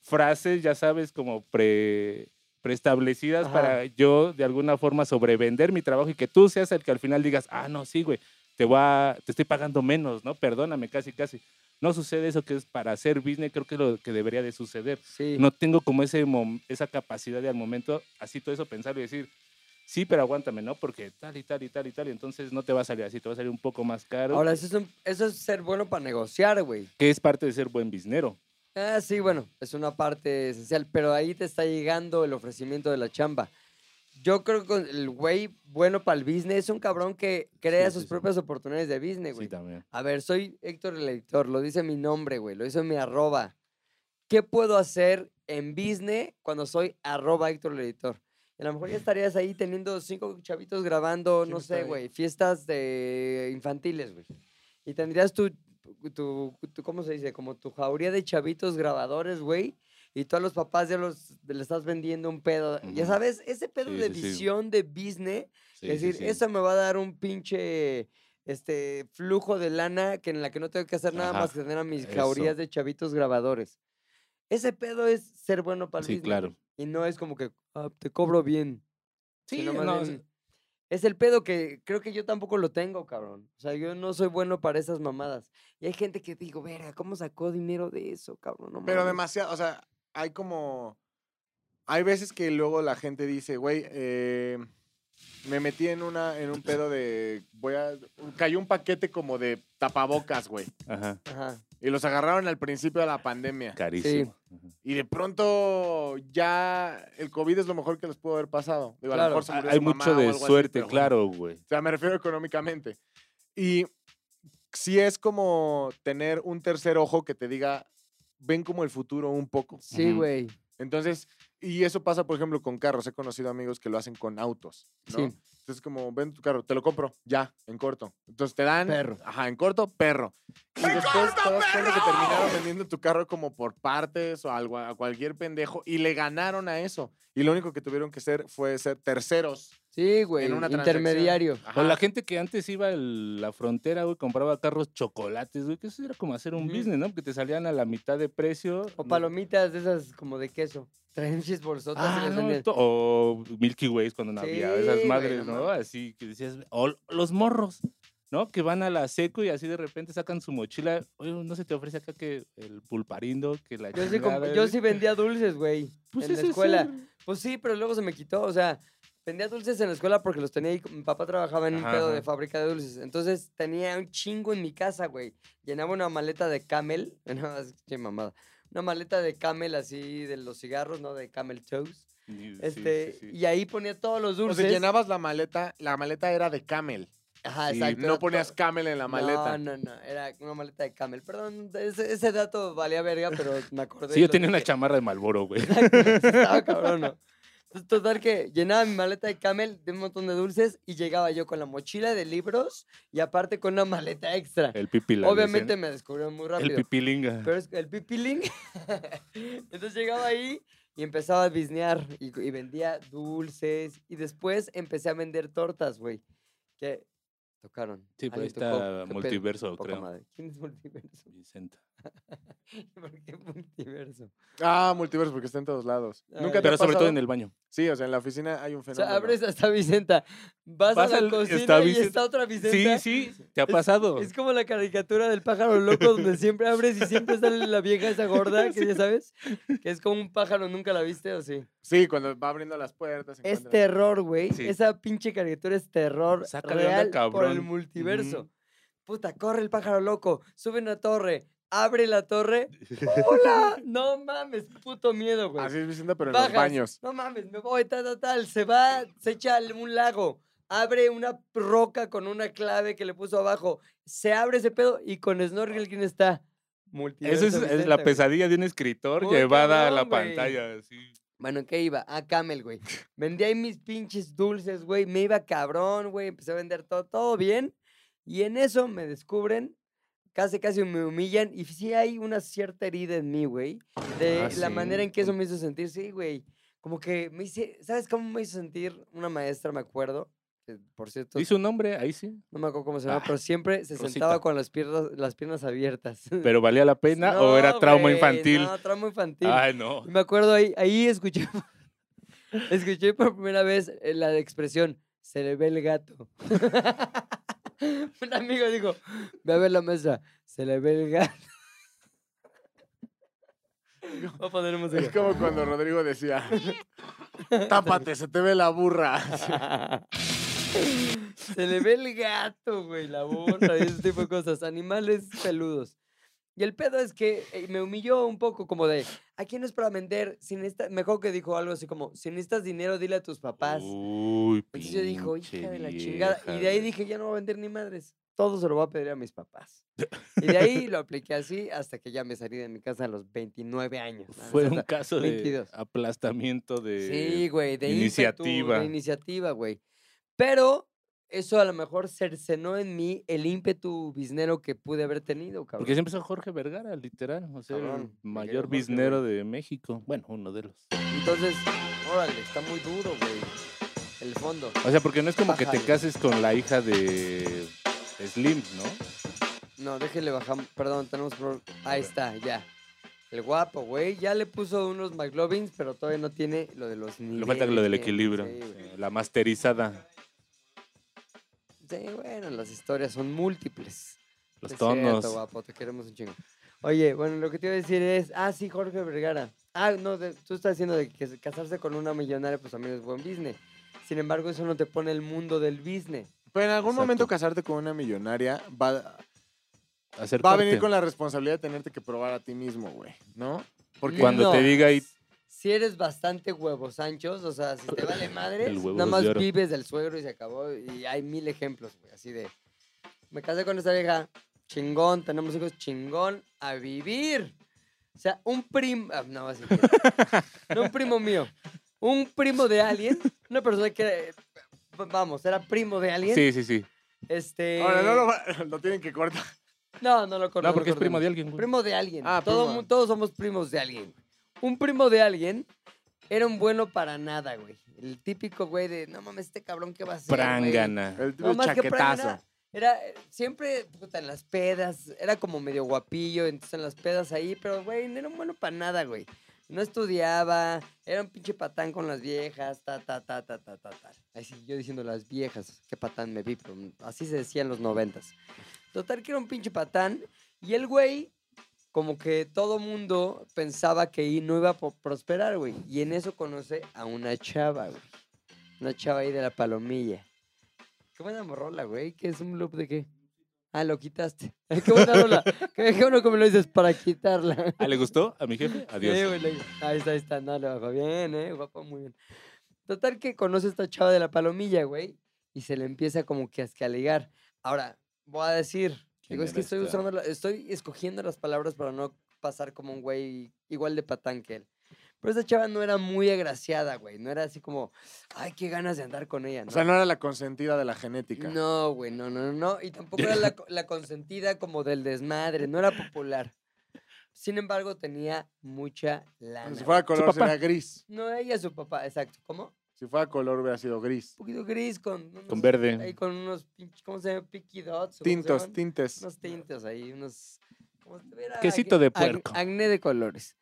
frases, ya sabes, como pre- preestablecidas
Ajá.
para yo de alguna forma sobrevender mi trabajo y que tú seas el que al final digas, ah, no, sí, güey, te voy a, te estoy pagando menos, ¿no? Perdóname, casi, casi. No sucede eso que es para hacer business, creo que es lo que debería de suceder
Sí.
no tengo como ese mom- esa capacidad de al momento, así todo eso pensar y decir, sí, pero aguántame, ¿no? Porque tal y tal y tal y tal, y entonces no te va a salir así, te va a salir un poco más caro,
Ahora, eso es, un- eso es ser bueno para negociar, güey.
que es parte de ser buen biznero.
Ah, sí, bueno, es una parte esencial, pero ahí te está llegando el ofrecimiento de la chamba. Yo creo que el güey bueno para el business es un cabrón que crea
Sí,
sus
sí, sí.
propias oportunidades de business,
Sí,
güey.
también.
A ver, soy Héctor el editor, lo dice mi nombre, güey, lo dice mi arroba. ¿Qué puedo hacer en business cuando soy arroba Héctor el editor? Y a lo mejor ya estarías ahí teniendo cinco chavitos grabando, no sé, güey, fiestas de infantiles, güey. Y tendrías tu, tu, tu- ¿cómo se dice? Como tu jauría de chavitos grabadores, güey. Y tú a los papás ya los, le estás vendiendo un pedo. Ya
Ujú.
sabes, ese pedo
Sí,
de
sí, sí.
visión de business
Sí,
es
sí,
decir,
sí.
eso me va a dar un pinche este, flujo de lana que en la que no tengo que hacer nada
Ajá,
más que tener a mis
eso.
caurías de chavitos grabadores. Ese pedo es ser bueno para el
Sí,
business,
claro.
Y no es como que "Ah, te cobro bien.
Sí,
sino más
no,
bien, es el pedo que creo que yo tampoco lo tengo, cabrón. O sea, yo no soy bueno para esas mamadas. Y hay gente que digo, verga, ¿cómo sacó dinero de eso, cabrón? No
Pero
mames".
demasiado, o sea, hay como. Hay veces que luego la gente dice, güey, eh, me metí en una en un pedo de voy a cayó un paquete como de tapabocas, güey.
Ajá,
Ajá.
Y los agarraron al principio de la pandemia.
carísimo.
Y de pronto ya el COVID es lo mejor que les pudo haber pasado. Digo, a
Claro,
lo mejor se murió
Hay
su mamá
mucho
o
de
algo así,
suerte,
pero bueno.
claro, güey.
O sea, me refiero económicamente. Y si es como tener un tercer ojo que te diga, ven como el futuro un poco.
Sí,
Ujú.
güey.
Entonces, y eso pasa, por ejemplo, con carros. He conocido amigos que lo hacen con autos, ¿no?
Sí.
Entonces, como, ven tu carro, te lo compro, ya, en corto. Entonces te dan.
Perro.
Ajá, en corto, perro. Y después te das cuenta que terminaron vendiendo tu carro como por partes o algo, a cualquier pendejo y le ganaron a eso. Y lo único que tuvieron que hacer fue ser terceros
Sí, güey.
en una transacción.
Intermediario.
Ajá.
O Pues, la gente que antes iba a la frontera, güey, compraba carros chocolates, güey, que eso era como hacer un
Ujú.
business, ¿no? Que te salían a la mitad de precio.
O
¿no?
palomitas de esas como de queso. Traen chis bolsotas y
Ah,
las
no,
vendían.
to- o Milky Ways cuando no había
Sí,
esas
güey,
madres,
no
¿no? Así que decías, o l- los morros, ¿no? Que van a la seco y así de repente sacan su mochila. Oye, no se te ofrece acá que el pulparindo, que la
Yo sí, comp-
chingada,
yo
güey?"
sí vendía dulces, güey.
Pues
en la
eso es
escuela.
ser-
Pues sí, pero luego se me quitó. O sea, vendía dulces en la escuela porque los tenía ahí. Mi papá trabajaba en un
Ajá,
pedo
ajá.
de fábrica de dulces. Entonces tenía un chingo en mi casa, güey. Llenaba una maleta de camel. No, es que mamada. Una maleta de camel así de los cigarros, ¿no? De camel toast.
Sí, sí,
Este,
sí.
Y ahí ponía todos los
O
dulces.
sea, llenabas la maleta, la maleta era de camel.
Ajá,
sí,
exacto.
No
era
ponías
to-
camel en la maleta.
No, no, no. Era una maleta de camel. Perdón, ese, ese dato valía verga, pero me acordé. y
Sí, yo
lo
tenía una
dije.
chamarra de Malboro, güey.
Estaba cabrón, ¿no? Entonces, Total que llenaba mi maleta de camel de un montón de dulces y llegaba yo con la mochila de libros y aparte con una maleta extra.
El pipila.
Obviamente me descubrieron muy
Eh, El
rápido.
pipilinga.
pero es el pipiling. Entonces llegaba ahí y empezaba a bisnear y, y vendía dulces y después empecé a vender tortas, güey. Que tocaron.
Sí, pero ahí
alguien tocó,
está
qué pedo,
multiverso,
poca
creo.
madre. ¿Quién es multiverso?
Vicenta.
¿Por qué multiverso?
Ah, multiverso, porque está en todos lados.
Ah,
Nunca te
Pero
ha
sobre todo
pasado?
en el baño.
Sí, o sea, en la oficina hay un
O
fenómeno.
sea, abres hasta Vicenta, vas,
Vas
a la
al-
cocina
está
y
Vicenta.
está otra Vicenta.
Sí, sí, te ha pasado.
Es como la caricatura del pájaro loco donde siempre abres y siempre sale la vieja esa gorda, que ya sabes, que es como un pájaro, nunca la viste o sí.
Sí, cuando va abriendo las puertas.
Es
encuentra-
terror, güey.
Sí.
Esa pinche caricatura es terror
Sácale onda,
real por el
cabrón.
multiverso.
Ujú.
Puta, corre el pájaro loco, sube una torre, abre la torre. ¡Hola! No mames, puto miedo, güey.
Así es Vicenta, pero en los
pues, Bajas,
baños.
No mames, me voy, tal, tal, tal. Se va, se echa al- un lago, abre una roca con una clave que le puso abajo. Se abre ese pedo y con snorkel, ¿quién está?
Eso
Multiverso
es, es
Vicente,
la
güey.
pesadilla de un escritor
Muy
llevada a la
cabrón, güey.
pantalla. así.
Bueno, ¿en qué iba? A Camel, güey. Vendía ahí mis pinches dulces, güey. Me iba cabrón, güey. Empecé a vender todo, todo bien. Y en eso me descubren, casi casi me humillan. Y sí hay una cierta herida en mí, güey. De
Ah,
la
sí,
manera en que eso
con-
me hizo sentir, sí, güey. Como que me hice, ¿sabes cómo me hizo sentir una maestra, me acuerdo? Que, por cierto,
Dice un nombre, ahí sí.
no me acuerdo cómo se llama,
Ah,
pero siempre se
Rosita.
sentaba con las piernas, las piernas abiertas.
¿Pero valía la pena o era
No,
trauma
güey,
infantil? Ah,
No, trauma infantil.
Ay, no.
Y Me acuerdo ahí, ahí escuché, escuché por primera vez eh, la expresión, se le ve el gato. Un amigo dijo, ve a ver la mesa, se le ve el gato. Voy a poner
Es
música.
como cuando Rodrigo decía, tápate, se te ve la burra.
se le ve el gato, güey, la burra y ese tipo de cosas. Animales peludos. Y el pedo es que eh, me humilló un poco, como de, aquí no es para vender, si necesitas, mejor que dijo algo así como, si necesitas dinero, dile a tus papás.
Uy,
Entonces Pues yo dijo,
pinche
hija de la chingada. Y de
vieja,
ahí
güey.
dije, ya no voy a vender ni madres. Todo se lo voy a pedir a mis papás. Y de ahí lo apliqué así hasta que ya me salí de mi casa a los 29 años. ¿no? No es
Fue un
cierto.
caso de
22.
aplastamiento de...
Sí, güey, de iniciativa.
iniciativa.
de iniciativa, güey. Pero eso a lo mejor cercenó en mí el ímpetu biznero que pude haber tenido, cabrón.
Porque siempre empezó Jorge Vergara, literal. O sea,
Cabrón, mi
el
querido
mayor
Jorge,
biznero de México. Bueno, uno de los.
Entonces, órale, está muy duro, güey. El fondo.
O sea, porque no es como que te
Bájale.
cases con la hija de Slim, ¿no?
No, déjenle bajar. Perdón, tenemos pro- Ahí está, ya. El guapo, güey. Ya le puso unos McLovins, pero todavía no tiene lo de los niveles.
Le falta lo del
güey.
equilibrio.
Sí, güey.
eh, la masterizada.
Sí, bueno, las historias son múltiples.
Los
Es cierto,
tonos.
guapo, te queremos un chingo. Oye, bueno, lo que te iba a decir es... Ah, sí, Jorge Vergara. Ah, no, de- tú estás diciendo de que casarse con una millonaria, pues también es buen business. Sin embargo, eso no te pone el mundo del business.
Pero en algún
Exacto.
momento casarte con una millonaria va,
Acercarte.
va a venir con la responsabilidad de tenerte que probar a ti mismo, güey, ¿no? Porque
Cuando te diga ahí-
Si eres bastante huevos anchos, o sea, si te vale madre,
El huevos
nada más
de oro.
vives del suegro y se acabó. Y hay mil ejemplos, güey, así de. Me casé con esta vieja, chingón, tenemos hijos, chingón, a vivir. O sea, un primo. no, así. no un primo mío. Un primo de alguien, una persona que. eh, Vamos, era primo de alguien.
Sí, sí, sí.
Este.
Ahora, no lo, va- lo tienen que cortar.
No, no lo conozco.
No, porque es primo de alguien, güey.
Primo de alguien.
Ah,
Todo
primo.
mu- todos somos primos de alguien. Un primo de alguien era un bueno para nada, güey. El típico güey de, no mames, este cabrón, ¿qué va a hacer? güey?"
Prangana.
El
No, más que Prangana
chaquetazo.
Era, era, eh, siempre, puta, en las pedas, era como medio guapillo, entonces en las pedas ahí, pero, güey, no era un bueno para nada, güey. No estudiaba, era un pinche patán con las viejas, ta, ta, ta, ta, ta, ta, ta. Así yo diciendo las viejas, qué patán me vi, pero así se decía en los noventas. Total que era un pinche patán y el güey, como que todo mundo pensaba que ahí no iba a po- prosperar, güey. Y en eso conoce a una chava, güey. Una chava ahí de la palomilla. Qué buena morrola, güey. ¿Qué es un loop de qué? Ah, lo quitaste. Qué buena rola. Qué, qué bueno que me lo dices para quitarla.
¿Ah, le gustó a mi jefe? Adiós.
Sí, güey, le- Ahí está, ahí está. No, le bajó bien, eh. Guapo, muy bien. Total que conoce a esta chava de la palomilla, güey. Y se le empieza como que a escalegar. Ahora, voy a decir.
¿Quién
Digo, es
era
que estoy
esta?
usando, la- estoy escogiendo las palabras para no pasar como un güey igual de patán que él. Pero esta chava no era muy agraciada, güey. No era así como, ay, qué ganas de andar con ella.
O sea, no era la consentida de la genética.
No, güey, no, no, no, no. Y tampoco era la, co- la consentida como del desmadre, no era popular. Sin embargo, tenía mucha lana.
Si
güey.
fuera color sería gris.
No, ella, su papá, exacto. ¿Cómo? Un
Si fuera color hubiera sido gris.
poquito gris con... unos-
verde.
Ahí con unos pinches, ¿cómo se llama? Picky dots. o ¿cómo se
Tintos,
llaman?
tintes.
Unos tintos ahí, unos... como si tuviera
Quesito
acné-
de
ac-
puerco.
Acné de colores.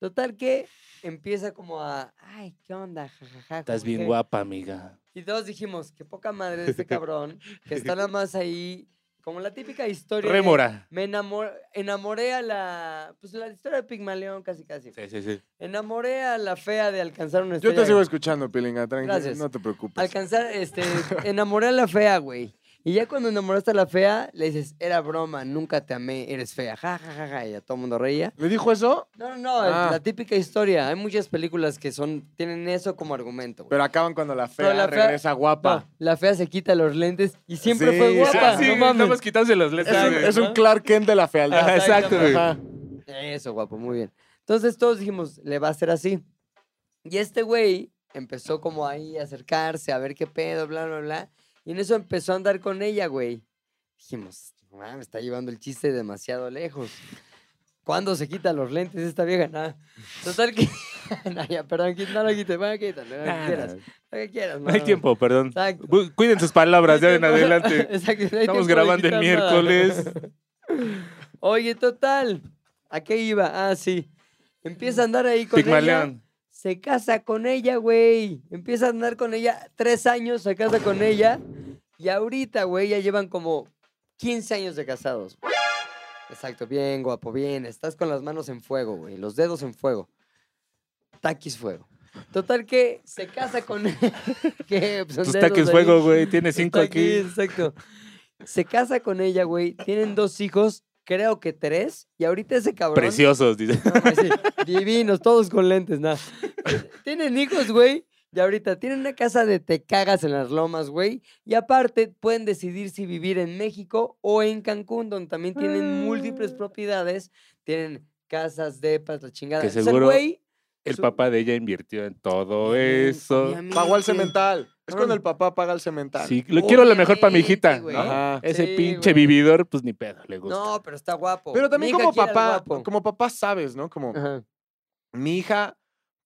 Total que empieza como a... Ay, ¿qué onda? Jajaja.
Estás
como
bien
que-
guapa, amiga.
Y todos dijimos, qué poca madre de este cabrón, que está nada más ahí, como la típica historia. de,
Rémora.
Me enamor- enamoré a la. Pues la historia de Pigmaleón, casi, casi.
Sí, sí, sí.
Enamoré a la fea de alcanzar una
Yo
estrella.
te sigo escuchando, Pilinga, tranquilo,
Gracias.
no te preocupes.
Alcanzar, este. enamoré a la fea, güey. Y ya cuando enamoraste a la fea, le dices, era broma, nunca te amé, eres fea. Ja, ja, ja, ja. Y a todo el mundo reía.
¿Le dijo eso?
No, no, no,
Ah.
la típica historia. Hay muchas películas que son tienen eso como argumento, güey.
Pero acaban cuando la fea
Pero la fea-
regresa guapa.
No, la fea se quita los lentes y siempre fue
Sí,
guapa.
sí,
no
nada
mames.
más quitarse los lentes.
Es un,
güey.
es un Clark Kent de la fealdad.
Ajá, exacto, güey.
Ajá.
Eso, guapo, muy bien. Entonces todos dijimos, le va a ser así. Y este güey empezó como ahí a acercarse, a ver qué pedo, bla, bla, bla. Y en eso empezó a andar con ella, güey. Dijimos, "Ah, me está llevando el chiste demasiado lejos. ¿Cuándo se quita los lentes esta vieja? Nada. Total que... no, ya, perdón, quit- no lo quite, va, quítalo, lo que
Nah,
quieras.
nah,
Lo que quieras,
No hay
mano.
tiempo, perdón.
Exacto.
Bu- Cuiden sus palabras ya en
Exacto.
adelante.
Exacto, no hay
Estamos
tiempo de
grabando el
quitar nada.
miércoles.
Oye, total. ¿A qué iba? Ah, sí. Empieza a andar ahí con ella.
Pigmaleón.
Se casa con ella, güey. Empieza a andar con ella. Tres años se casa con ella. Y ahorita, güey, ya llevan como 15 años de casados. Exacto, bien, guapo, bien. Estás con las manos en fuego, güey. Los dedos en fuego. Taquis fuego. Total que se casa con... ¿Qué? Pues son
Tus
dedos
taques
ahí.
fuego, güey. Tiene cinco
Está
aquí.
Exacto. Se casa con ella, güey. Tienen dos hijos, creo que tres. Y ahorita ese cabrón.
Preciosos, dice.
No, hombre, sí, divinos, todos con lentes, nada. Tienen hijos, güey. Y ahorita tienen una casa de te cagas en las lomas, güey. Y aparte pueden decidir si vivir en México o en Cancún, donde también tienen múltiples
Ah.
propiedades. Tienen casas, depas, la chingada.
Que
Entonces,
seguro
güey,
El
su-
papá de ella invirtió en todo
Bien,
eso.
obviamente.
Pagó al cemental. Es cuando
Cabrón.
el papá paga al cemental.
Sí, lo quiero lo mejor para mi
Obviamente,
hijita.
güey.
¿no?
Ajá.
Ese
Sí,
pinche
güey.
vividor, pues ni pedo, le gusta.
No, pero está guapo.
Pero también
Mi hija
como
quiere al
papá,
guapo.
como papá sabes, ¿no? Como
Ajá,
mi hija,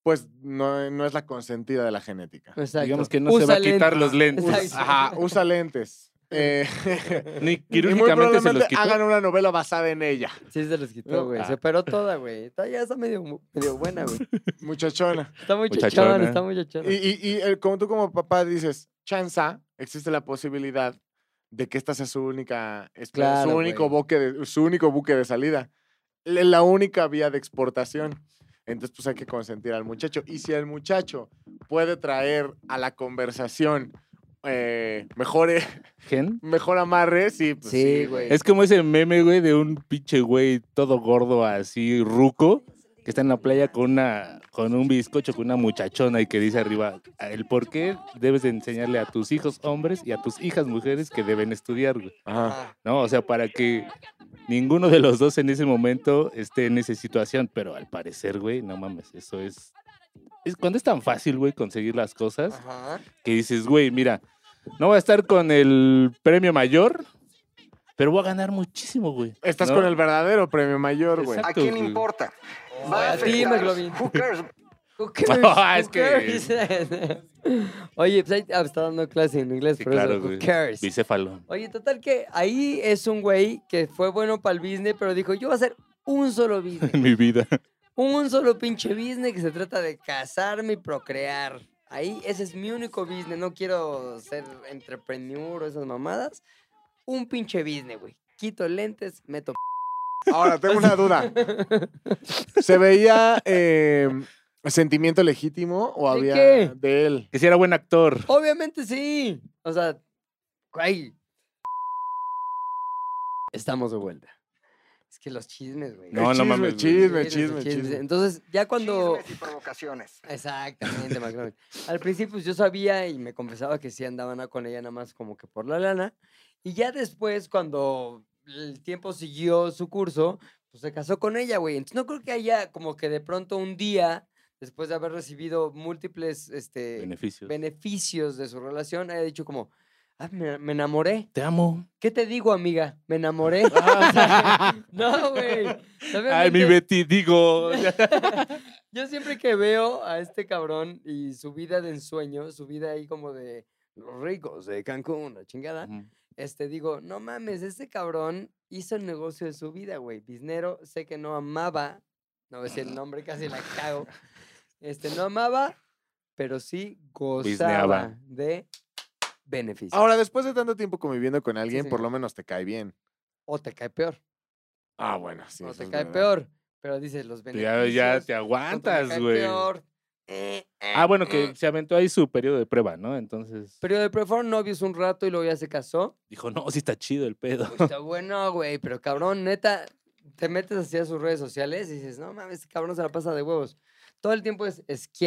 pues no, no es la consentida de la genética.
exacto.
Digamos que no se
Usa
va a quitar
lentes.
los lentes. Ah,
Usa-
Exacto.
ajá, usa lentes. Eh,
Ni
y muy
quirúrgicamente se los
probablemente
quitó.
hagan una novela basada en ella,
Sí, se los quitó,
No,
güey.
ah.
Se operó toda, güey. Está, ya está medio, mu- medio buena, güey.
muchachona.
Está muy chachón,
Muchachona.
está muy chachón.
Y, y- y, eh, como tú como papá dices, chanza, existe la posibilidad de que esta sea su única, espe-
Claro,
su único
güey.
buque, de, su único buque de salida, le- la única vía de exportación. Entonces, pues hay que consentir al muchacho. Y si el muchacho puede traer a la conversación eh, mejor, eh,
¿Gen?
mejor amarre, sí, pues sí,
Sí,
güey.
Es como ese meme, güey, de un pinche güey todo gordo así, ruco, que está en la playa con una con un bizcocho, con una muchachona y que dice arriba, "Ah, el por qué debes de enseñarle a tus hijos hombres y a tus hijas mujeres que deben estudiar, güey.
Ajá.
¿no? O sea, para que ninguno de los dos en ese momento esté en esa situación, pero al parecer, güey, no mames, eso es... es cuando es tan fácil, güey, conseguir las cosas,
Ajá.
que dices, güey, mira, no voy a estar con el premio mayor, pero voy a ganar muchísimo, güey.
Estás
¿no?
con el verdadero premio mayor, güey.
Exacto.
¿A quién
güey.
importa?
Oh, a
Va a
ti,
afectar.
McLovin.
Who cares?
Who cares?
Ah,
Who
es que-
cares? Oye, pues ahí ah, está dando clase en inglés,
Sí,
por
claro,
eso, who
güey.
cares?
Bicéfalo.
Oye, total que ahí es un güey que fue bueno para el business, pero dijo, yo voy a hacer un solo business.
En mi vida.
un solo pinche business que se trata de casarme y procrear. Ahí ese es mi único business. No quiero ser entrepreneur o esas mamadas. Un pinche business, güey. Quito lentes, meto...
Ahora, tengo una duda. ¿Se veía eh, sentimiento legítimo o
¿De
había
qué?
de él?
Que si era buen actor.
Obviamente sí. O sea, güey. Estamos de vuelta. Es que los chismes, güey.
No, no
chisme,
mames, güey.
Chisme,
Chismes,
chisme,
chismes.
chisme.
Entonces, ya cuando...
Chismes y provocaciones.
Exactamente, McLovin. Al principio pues, yo sabía y me confesaba que sí andaban a- con ella nada más como que por la lana. Y ya después, cuando el tiempo siguió su curso, pues se casó con ella, güey. Entonces no creo que haya como que de pronto un día, después de haber recibido múltiples este,
Beneficios.
beneficios de su relación, haya dicho como, ah, me, me enamoré.
Te amo.
¿Qué te digo, amiga? Me enamoré. no, güey.
Ay, mi
Obviamente-
Betty, digo.
yo siempre que veo a este cabrón y su vida de ensueño, su vida ahí como de los ricos de Cancún, la chingada, este digo, no mames, este cabrón hizo el negocio de su vida, güey. Bisnero, sé que no amaba, no voy a decir el nombre, casi la cago. Este no amaba, pero sí
Bizneaba.
gozaba de beneficios.
Ahora, después de tanto tiempo conviviendo con alguien,
Sí,
por
señor.
lo menos te cae bien.
o te cae peor,
Ah, bueno, sí.
o
eso
te
es
cae
verdad.
peor, pero dices los
Pues ya,
beneficios.
ya te
o te me
aguantas,
cae
güey.
peor, eh, eh,
Ah, bueno,
eh.
que se aventó ahí su periodo de prueba, ¿no? Entonces
Pero de prueba fueron novios un rato y luego ya se casó.
dijo, no, sí está chido el pedo.
Uy, está bueno, güey, pero cabrón, neta, te metes hacia sus redes sociales y dices, no mames, este cabrón se la pasa de huevos. Todo el tiempo es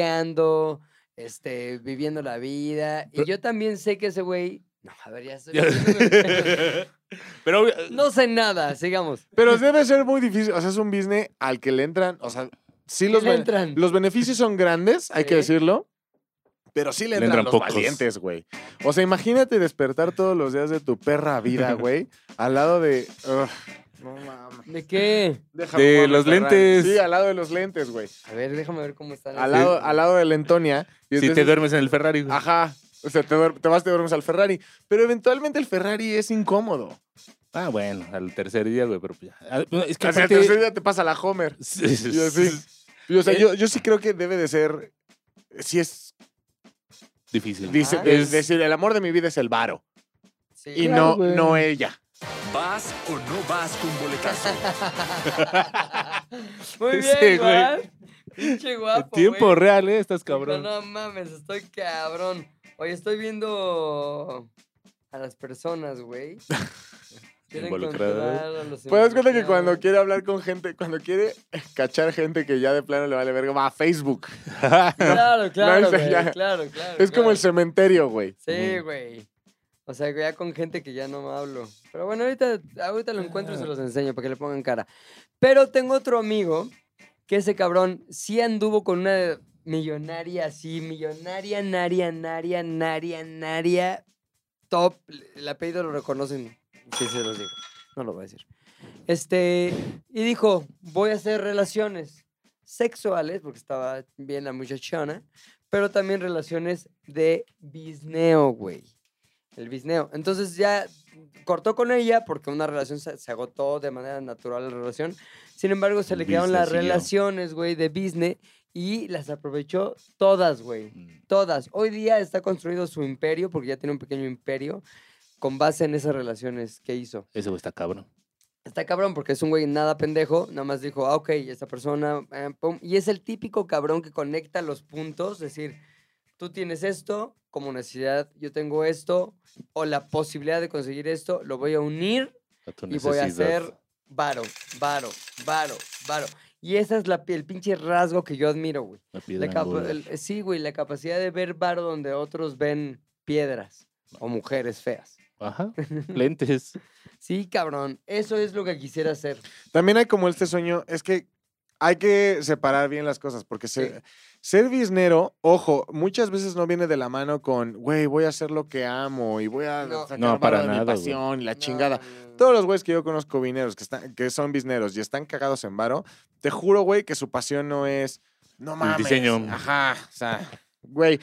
esquiando, este, viviendo la vida. Y yo también sé que ese güey. No, a ver, ya estoy. metiéndome-
Pero obvio,
no sé nada, sigamos.
Pero debe ser muy difícil. O sea, es un business al que le entran. O sea, sí
¿Qué
los,
le
ben-
entran?
los beneficios son grandes, hay que
Sí.
decirlo. Pero sí le
Le
entran,
entran
los
pocos.
valientes, güey. O sea, imagínate despertar todos los días de tu perra vida, güey, al lado de. Ugh, no mames.
¿De qué?
Déjame,
De
voy a
los
meter ranch.
lentes.
Sí, al lado de los lentes, güey.
A ver, déjame ver cómo está. la
Al
serie.
lado, ah, al lado de la Antonia. Y
si te
entonces- Ah.
duermes en el Ferrari, güey.
Ajá. O sea, te, duer- te vas, te duermes al Ferrari. Pero eventualmente el Ferrari es incómodo.
Ah, bueno, al tercer día, güey, pero pues ya. Ah, no, Es que
Casi al
aparte-
tercer día te pasa la Homer.
Sí, sí,
Y así.
sí,
Y, o sea,
Eh.
yo, yo sí creo que debe de ser. Sí es.
Difícil.
Dice,
Ah.
es
Es-
decir, el amor de mi vida es el varo.
Sí.
Y
Claro,
no,
güey.
no ella.
¿Vas o no vas con boletazo?
Muy
Sí,
bien,
güey.
güey. Pinche
En
guapo.
tiempo
güey.
real, ¿eh? Estás
Dijo,
cabrón.
No mames, estoy cabrón. Oye, estoy viendo a las personas, güey. Quiero
Involucradas.
encontrar a los
Pues das cuenta que cuando
involucrados.
quiere hablar con gente, cuando quiere cachar gente que ya de plano le vale verga, va a Facebook.
Claro, claro,
dice
güey,
ya.
claro, claro.
Es como el
claro.
cementerio, güey.
Sí, güey. O sea, ya con gente que ya no me hablo. Pero bueno, ahorita, ahorita lo encuentro y se los enseño para que le pongan cara. Pero tengo otro amigo que ese cabrón sí anduvo con una millonaria así, millonaria, naria, naria, naria, naria, top. El apellido lo reconocen. Sí, se los digo. No lo voy a decir. Este, y dijo, voy a hacer relaciones sexuales, porque estaba bien la muchachona, pero también relaciones de bisneo, güey. El bisneo. Entonces ya cortó con ella porque una relación se, se agotó de manera natural la relación. Sin embargo, se
El
le quedaron las
business siguió.
relaciones, güey, de business y las aprovechó todas, güey.
Mm,
Todas. Hoy día está construido su imperio, porque ya tiene un pequeño imperio, con base en esas relaciones que hizo.
Ese güey está cabrón.
Está cabrón porque es un güey nada pendejo, nada más dijo, ah, ok, esta persona, eh, pum", y es el típico cabrón que conecta los puntos, es decir, tú tienes esto como necesidad, yo tengo esto, o la posibilidad de conseguir esto, lo voy a unir
A tu
y voy a
necesidad.
hacer varo, varo, varo, varo. Y esa es la, pi- el pinche rasgo que yo admiro, güey.
La
La
piedra
capa-
angular.
el- eh, sí, güey, la capacidad de ver varo donde otros ven piedras o mujeres feas.
Ajá. Lentes.
Sí, cabrón, eso es lo que quisiera hacer.
También hay como este sueño, es que hay que separar bien las cosas, porque
Sí.
ser, ser biznero, ojo, muchas veces no viene de la mano con, güey, voy a hacer lo que amo y voy a
No.
sacar
No,
varo
para
de mi
nada, güey.
pasión y la
No,
chingada.
no, no.
Todos los güeyes que yo conozco vineros, que, están, que son bisneros y están cagados en varo, te juro, güey, que su pasión no es, no mames.
diseño.
Ajá, o sea, güey.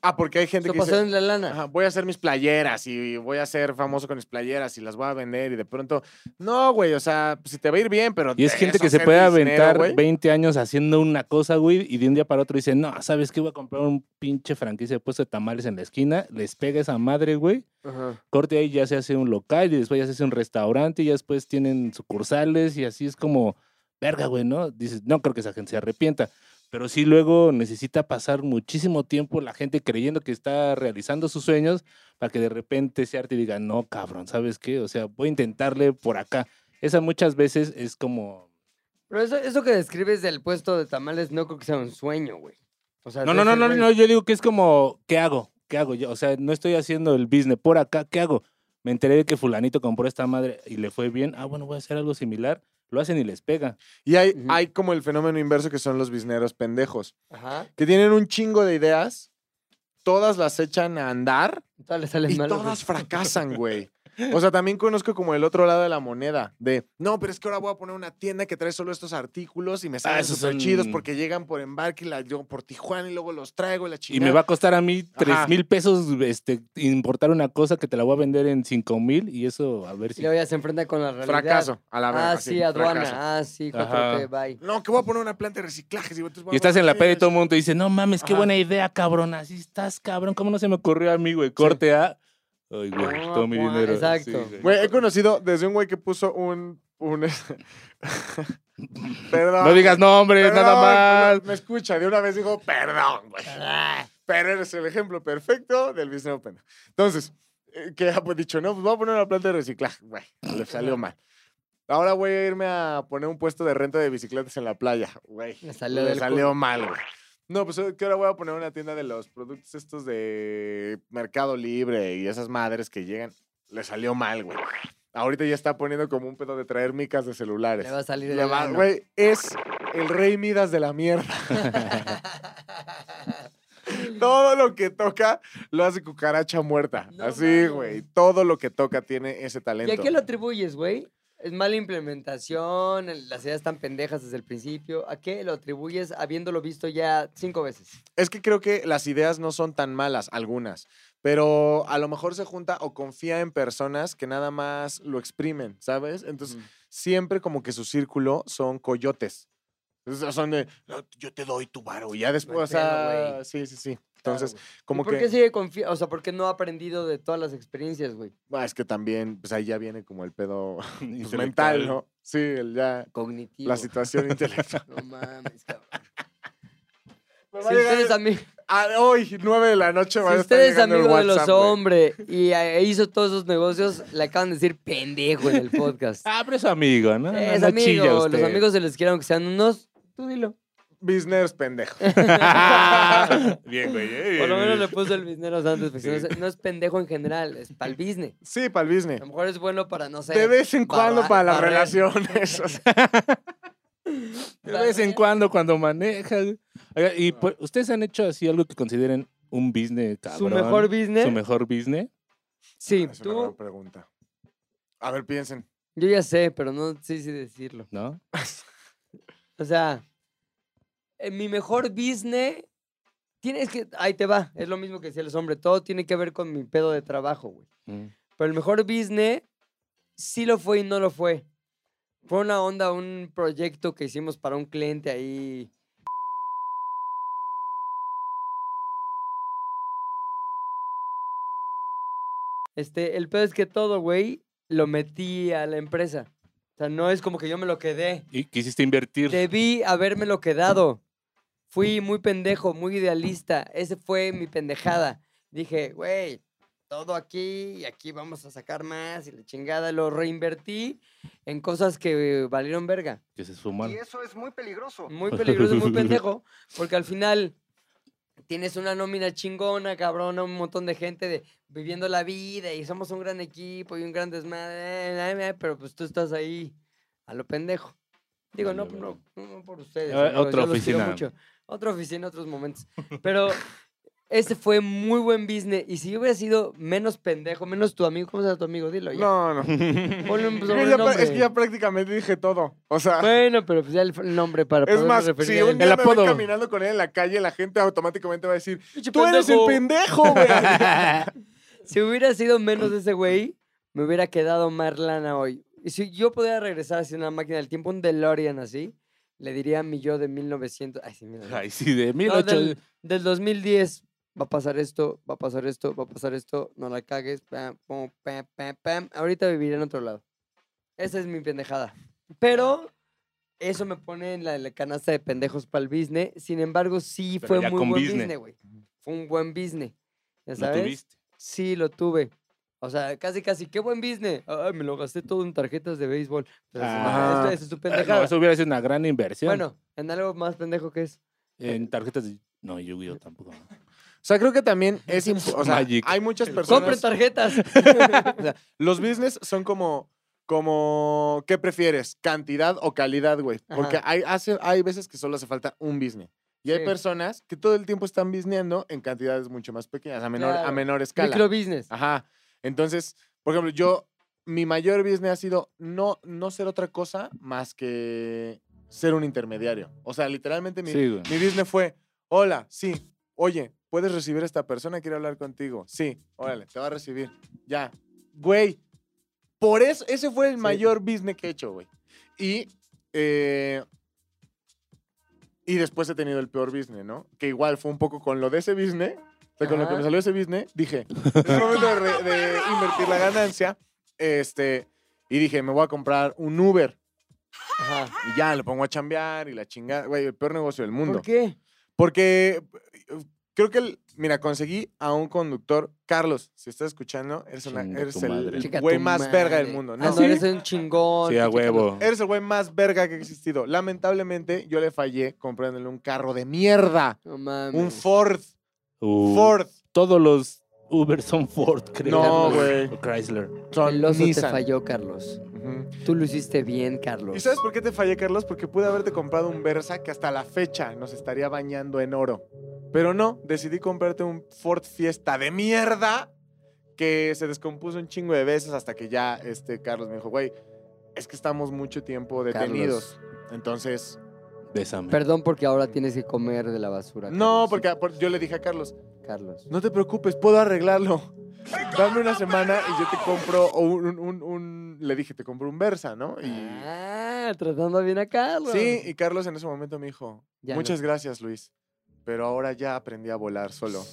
Ah, porque hay gente
Eso
que
pasó
dice,
en la lana.
Ajá, voy a hacer mis playeras y voy a ser famoso con mis playeras y las voy a vender y de pronto, no, güey, o sea, pues, si te va a ir bien, pero...
Y es
de
gente
eso
que se
ser
puede
biznero,
aventar
güey.
20 años haciendo una cosa, güey, y de un día para otro dice, no, ¿sabes qué? Voy a comprar un pinche franquicia de puesto de tamales en la esquina, les pega esa madre, güey,
Ajá.
corte ahí ya se hace un local y después ya se hace un restaurante y ya después tienen sucursales y así es como, verga, güey, ¿no? Dices, no creo que esa gente se arrepienta. Pero sí luego necesita pasar muchísimo tiempo la gente creyendo que está realizando sus sueños para que de repente se arte y diga, no, cabrón, ¿sabes qué? O sea, voy a intentarle por acá. Esa muchas veces es como...
Pero eso, eso que describes del puesto de tamales no creo que sea un sueño, güey. O sea,
No,
de
no, no,
ese
no,
güey.
no, yo digo que es como, ¿qué hago? ¿Qué hago yo? O sea, no estoy haciendo el business por acá, ¿qué hago? Me enteré de que fulanito compró esta madre y le fue bien. Ah, bueno, voy a hacer algo similar. Lo hacen y les pega.
Y hay,
Ujú.
hay como el fenómeno inverso que son los bisneros pendejos,
Ajá.
que tienen un chingo de ideas, todas las echan a andar
Todas le salen
y
mal. güey.
todas fracasan, güey. O sea, también conozco como el otro lado de la moneda, de, no, pero es que ahora voy a poner una tienda que trae solo estos artículos y me salen
Ah, esos
súper chidos
son-
porque llegan por embarque y la, yo por Tijuana y luego los traigo y la
Y
chingada.
me va a costar a mí tres
Ajá.
mil pesos este, importar una cosa que te la voy a vender en cinco mil y eso a ver
Y
si...
luego ya se enfrenta con la realidad.
Fracaso, a la verga.
Ah, sí, aduana.
fracaso.
Ah, sí,
Ajá.
4T, bye.
No, que voy a poner una planta de reciclaje.
Y estás en la peda y todo el mundo te dice, no mames, qué
Ajá.
buena idea, cabrón. Así estás, cabrón. ¿Cómo no se me ocurrió a mí, güey? Corte a... Ay, güey,
Ah,
todo mi
guau,
dinero. Sí,
exacto.
güey.
Güey, he conocido desde un güey que puso un. un... perdón.
no digas nombres,
perdón,
nada más.
Me, me escucha, de una vez dijo, perdón, güey. Pero eres el ejemplo perfecto del business open. Entonces, eh, que ha pues, dicho, no, pues voy a poner una planta de reciclaje. Güey, le salió mal. Ahora voy a irme a poner un puesto de renta de bicicletas en la playa, güey.
Le salió
Le
del
salió mal, güey. No, pues que ahora voy a poner una tienda de los productos estos de Mercado Libre y esas madres que llegan. Le salió mal, güey. Ahorita ya está poniendo como un pedo de traer micas de celulares.
Le va a salir
Le
el
va-
ano.
Güey, es el rey Midas de la mierda. Todo lo que toca lo hace cucaracha muerta.
No
Así,
mames.
güey. Todo lo que toca tiene ese
¿Y
talento.
a qué lo atribuyes, güey? Es mala implementación, el- las ideas están pendejas desde el principio. ¿A qué lo atribuyes habiéndolo visto ya cinco veces?
Es que creo que las ideas no son tan malas, algunas, pero a lo mejor se junta o confía en personas que nada más lo exprimen, ¿sabes? Entonces, siempre como que su círculo son coyotes. O sea, Son de, "No, yo te doy tu varo y ya después,
hay
o sea,
pedo, güey.
sí, sí, sí.
Claro,
Entonces,
güey. ¿Y
como
¿Por
que,
qué sigue confiando? O sea, ¿por qué no ha aprendido de todas las experiencias, güey?
Ah, es que también, pues ahí ya viene como el pedo pues, mental, ¿no? Sí, el ya,
Cognitivo.
la situación intelectual.
No mames, cabrón.
Me va
Si
a llegar
ustedes, ami-
a- Ah, hoy, 9 de la noche, va
si
a estar
usted es
llegando el
amigo de los
WhatsApp, güey.
hombres y eh, hizo todos esos negocios, le acaban de decir pendejo en el podcast.
Ah, pero es amigo, ¿no? No-
es
no
amigo,
chilla
los
usted.
amigos se les quieran aunque sean unos, tú dilo.
Business pendejo.
Bien, güey. eh,
Por lo menos
eh.
le puso el business antes, porque si no, es- no es pendejo en general, es para el business.
Sí, para el business.
A lo mejor es bueno para, no sé.
De vez en cuando
barra-
para las
barrer.
relaciones. o sea,
De vez en cuando, cuando maneja. güey. Oiga, ¿Y por- ustedes han hecho así algo que consideren un business, cabrón?
Su mejor business.
¿Su mejor business?
Sí,
es una gran
tú.
pregunta. A ver, piensen.
Yo ya sé, pero no sé si decirlo.
¿No?
O sea, en mi mejor business tiene, es que ahí te va, es lo mismo que decía el hombre, todo tiene que ver con mi pedo de trabajo, güey.
Mm.
Pero el mejor business sí lo fue y no lo fue. Fue una onda, un proyecto que hicimos para un cliente ahí. Este, el pedo es que todo, güey, lo metí a la empresa. O sea, no es como que yo me lo quedé.
¿Y quisiste invertir?
Debí habérmelo quedado. Fui muy pendejo, muy idealista. Ese fue mi pendejada. Dije, güey, todo aquí y aquí vamos a sacar más y la chingada. Lo reinvertí en cosas que valieron verga. Mm.
Que se suman.
Y eso es muy peligroso.
Muy peligroso y muy pendejo, porque al final tienes una nómina chingona, cabrón, un montón de gente de, viviendo la vida y somos un gran equipo y un gran desmadre, eh, eh, pero pues tú estás ahí a lo pendejo. Digo, no,
Vale,
no, no por ustedes.
Ah,
amigos,
otra
yo los quiero
oficina.
mucho. Otra oficina, otros momentos. Pero ese fue muy buen business. Y si yo hubiera sido menos pendejo, menos tu amigo, ¿cómo se llama tu amigo? Dilo ya.
No, no.
Ponle un
Es que, ya, pra-
sobrenombre.
es que ya prácticamente dije todo. O sea,
Bueno, pero pues ya el el nombre para
es
poderme
más,
referir
si
a él.
un día
El
me ven
apodo.
caminando con él en la calle, la gente automáticamente va a decir,
Pinche
tú eres el pendejo, güey.
Si hubiera sido menos ese güey, me hubiera quedado más lana hoy. Y si yo pudiera regresar hacia una máquina del tiempo, un DeLorean así, le diría a mi yo de 1900. Ay, sí, mira.
Ay, sí, de
No,
1800.
del, del 2010. Va a pasar esto, va a pasar esto, va a pasar esto, no la cagues. Pam, pum, pam, pam, pam. Ahorita viviré en otro lado. Esa es mi pendejada. Pero eso me pone en la, la canasta de pendejos para el business. Sin embargo, sí
Pero
fue
ya
muy
con
buen
business.
business, güey. Fue un buen business. ¿Ya
¿No
sabes?
tuviste?
Sí, lo tuve. O sea, casi, casi, qué buen business. Ay, me lo gasté todo en tarjetas de béisbol. Pero eso no-
Ah.
esto- eso es tu
Ah, no,
pendejada.
eso hubiera sido una gran inversión.
bueno, en algo más pendejo que es.
En tarjetas de... No, Yu-Gi-Oh tampoco.
O sea, creo que también es imp- o sea,
Magic.
hay muchas
¡Compren
personas.
tarjetas!
o sea, los business son como, como, ¿qué prefieres? ¿Cantidad o calidad, güey? Porque
Ajá.
hay, hace, hay veces que solo hace falta un business. Y hay
Sí.
personas que todo el tiempo están busineando en cantidades mucho más pequeñas, a menor, a
Claro.
menor escala.
Microbusiness.
Ajá. Entonces, por ejemplo, yo, mi mayor business ha sido no, no ser otra cosa más que ser un intermediario. O sea, literalmente mi,
Sí, güey.
mi business fue, hola, sí, oye, puedes recibir a esta persona, quiere hablar contigo. Sí, órale, te va a recibir. Ya. Güey, por eso, ese fue el mayor business que he hecho, güey. Y, eh, y después he tenido el peor business, ¿no? Que igual fue un poco con lo de ese business, o sea, con lo que
Ajá.
me salió ese business, dije, es momento de, re- de invertir la ganancia. Este, y dije, me voy a comprar un Uber.
Ajá.
Y ya, lo pongo a chambear y la chingada. Güey, el peor negocio del mundo.
Ah, ¿Por qué?
Porque eh, creo que, el- mira, conseguí a un conductor. Carlos, si estás escuchando, eres, una-
Chinga tu
eres el,
madre.
el
Chica,
güey
tu
más verga del
madre.
mundo.
Ah,
No,
no, eres un chingón.
Sí,
chica,
a
no.
huevo.
eres el güey más verga que ha existido. Lamentablemente, yo le fallé comprándole un carro de mierda.
No mames.
Un Ford.
Uh,
Ford.
Todos los Uber son Ford, creo.
No, güey.
O Chrysler.
Son
El oso te
Nissan.
falló, Carlos.
Ujú.
Tú lo hiciste bien, Carlos.
¿Y sabes por qué te fallé, Carlos? Porque pude haberte comprado un Versa que hasta la fecha nos estaría bañando en oro. Pero no, decidí comprarte un Ford Fiesta de mierda que se descompuso un chingo de veces hasta que ya este Carlos me dijo, güey, es que estamos mucho tiempo detenidos. Entonces,
Bésame.
Perdón porque ahora tienes que comer de la basura.
no,
Carlos.
porque por- yo le dije a Carlos,
Carlos.
no te preocupes, puedo arreglarlo. Dame una semana y yo te compro un, un- un- un- le dije, te compro un Versa, ¿no? Y,
Ah, tratando bien a Carlos.
sí, y Carlos en ese momento me dijo,
Ya no.
Muchas gracias, Luis. Pero ahora ya aprendí a volar solo.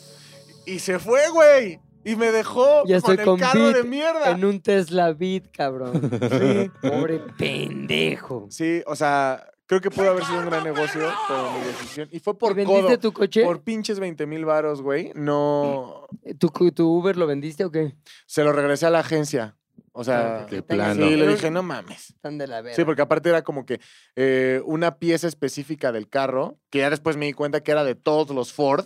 Y se fue, güey. Y me dejó
Ya
con
estoy
el
con
carro de
Beat
mierda.
En un Tesla Beat, cabrón.
Sí,
Pobre pendejo.
sí, o sea, creo que pudo haber sido un gran negocio, pero mi decisión. Y fue por
¿Y vendiste
codo.
tu Mm. coche?
Por pinches 20 mil varos, güey. No.
¿Tu, cu- ¿Tu Uber lo vendiste o qué?
Se lo regresé a la agencia. O sea,
Ah,
De
que tengas-
plano.
sí, le
Era un-
dije, no mames.
Están de la verga.
Sí, porque aparte era como que eh, una pieza específica del carro, que ya después me di cuenta que era de todos los Ford.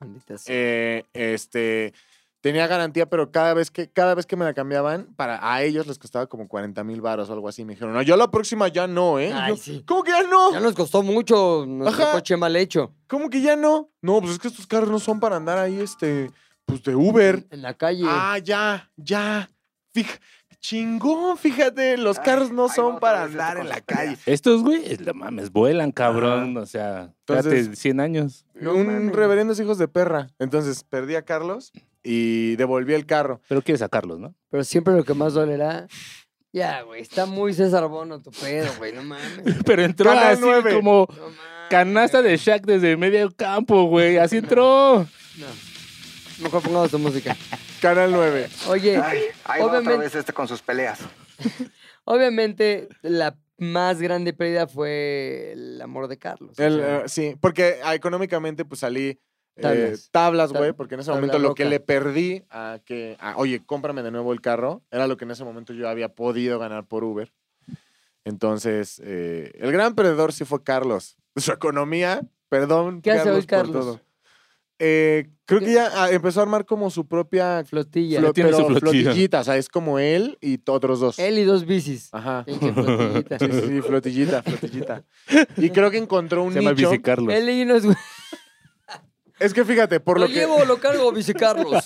Maldita sea.
eh, este tenía garantía, pero cada vez que cada vez que me la cambiaban, para a ellos les costaba como 40 mil baros o algo así. Me dijeron, no, yo la próxima ya no, ¿eh? Y
Ay,
yo,
sí.
¿Cómo que ya no?
Ya nos costó mucho nuestro
¡oh! Ajá.
coche mal hecho.
¿Cómo que ya no? No, pues es que estos carros no son para andar ahí, este, pues de Uber.
En, en la calle.
Ah, ya, ya. Fija- chingón, fíjate, los
Ay,
carros no
ahí va
son
otra
para
vez este
andar en la
concepto ya.
calle.
Estos, güey, la mames, vuelan, cabrón. O sea, fíjate,
Entonces-
100 años.
No
Un
mames.
reverendos hijos de perra. Entonces perdí a Carlos y devolví el carro.
Pero quieres sacarlos, ¿no?
Pero siempre lo que más dolerá. Ya, güey. Está muy César Bono tu pedo, güey. No mames.
Pero entró
Canal
así
nueve.
como
No mames.
canasta de Shaq desde medio campo, güey. Así entró.
No. Mejor pongamos tu música.
Canal 9.
Oye,
Ay, ahí va otra
obviamente,
vez este con sus peleas.
obviamente la más grande pérdida fue el amor de Carlos. o
El,
sea,
eh, sí, porque ah, económicamente pues salí eh,
Tablas.
tablas, güey,
Tab-
porque en ese
tabla
momento lo que
roca.
le perdí a que, a, oye, cómprame de nuevo el carro, era lo que en ese momento yo había podido ganar por Uber. Entonces, eh, el gran perdedor sí fue Carlos. Su economía, perdón,
¿Qué hace hoy
por
Carlos?
todo. Eh, creo
¿Qué?
que ya ah, empezó a armar como su propia
flotilla.
flo-
tiene su
pero
flotilla.
flotillita, o sea, es como él y t- otros dos.
Él y dos bicis.
Ajá.
Pinche flotillita.
Ah. Sí, sí, sí, flotillita, flotillita. Y creo que encontró un
Se llama
nicho.
Bicicarlos.
Él y unos güey.
Es que fíjate, por
Lo
lo, que
llevo, lo cargo, bici Carlos.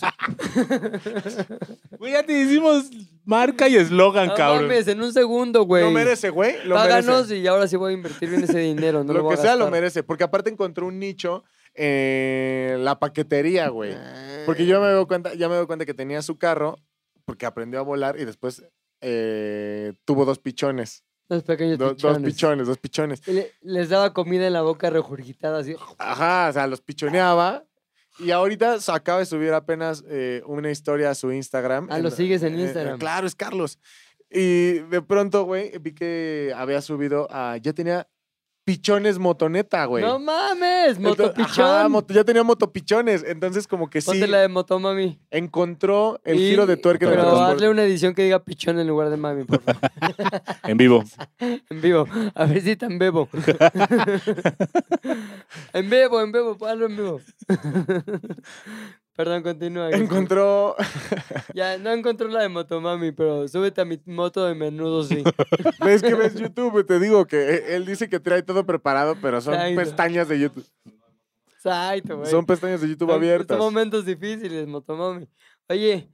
Güey, ya te hicimos marca y eslogan,
No
cabrón.
mames, en un segundo, güey.
lo Ah, merece, güey, lo
Páganos
merece.
y ahora sí voy a invertir bien ese dinero. No
lo,
lo, voy
que
a
sea lo
gastar.
merece, porque aparte encontró un nicho en la paquetería, güey.
Ah.
Porque yo me doy cuenta, ya me doy cuenta que tenía su carro porque aprendió a volar y después eh, tuvo dos pichones,
Los pequeños
Do-
pichones.
dos pichones, dos pichones.
Y le- les daba comida en la boca regurgitada así.
Ajá, o sea, los pichoneaba. Y ahorita se acaba de subir apenas eh, una historia a su Instagram. eh,
Ah, ¿lo sigues en Instagram?
claro, es Carlos. Y de pronto, güey, vi que había subido a. Ya tenía pichones motoneta, güey.
¡No mames!
Entonces-
¡Motopichón!
ajá, moto- ya tenía motopichones. Entonces, como que sí
Ponte la de motomami.
encontró el
Y-
giro de tuerca en el
Pero
transporte.
hazle una edición que diga pichón en lugar de mami, por favor.
En vivo.
En vivo. A ver si tan bebo. en vivo, en vivo, hazlo en vivo. Perdón, continúa.
Encontró.
Ya, no encontré la de motomami, pero súbete a mi moto de menudo, sí.
¿Ves que ves YouTube? Te digo que e- él dice que trae todo preparado, pero son
Ay, no.
pestañas de YouTube.
Exacto, güey.
Son pestañas de YouTube
Son-
abiertas.
Son momentos difíciles, motomami. Oye,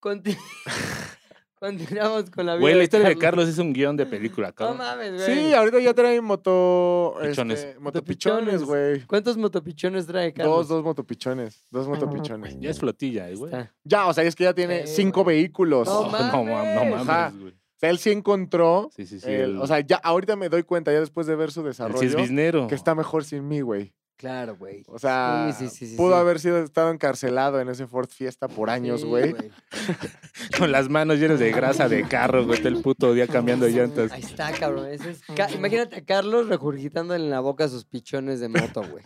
conti- continuamos con la vida
Güey, la
de
historia de
Carlos.
Carlos es un guión de película,
No
cabrón.
mames, güey.
Sí, ahorita ya traen moto.
Pichones.
este, motopichones,
Motopichones.
güey.
¿Cuántos motopichones trae
Dos,
Carlos?
dos motopichones. Dos motopichones.
ya es flotilla, eh, güey.
Está.
Ya, o sea, es que ya tiene
Sí,
cinco
güey.
vehículos.
No
Oh, no,
mames.
no
Ajá.
mames, güey.
O sea, él sí encontró.
Sí, sí, sí.
el-
el-
o sea, ya ahorita me doy cuenta, ya después de ver su
el
desarrollo,
cisbiznero.
que está mejor sin mí, güey.
Claro, güey.
O sea,
Sí, sí, sí, sí,
pudo
sí.
haber sido estado encarcelado en ese Ford Fiesta por años,
Sí,
güey.
Con las manos llenas de grasa de carro, güey. Todo el puto día cambiando llantas.
Ahí está, cabrón. ese es Ca- Imagínate a Carlos regurgitando en la boca sus pichones de moto, güey.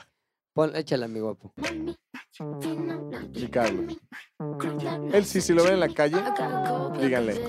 Pon, échala, mi guapo.
Ricardo. Él sí, si lo ven en la calle, díganle.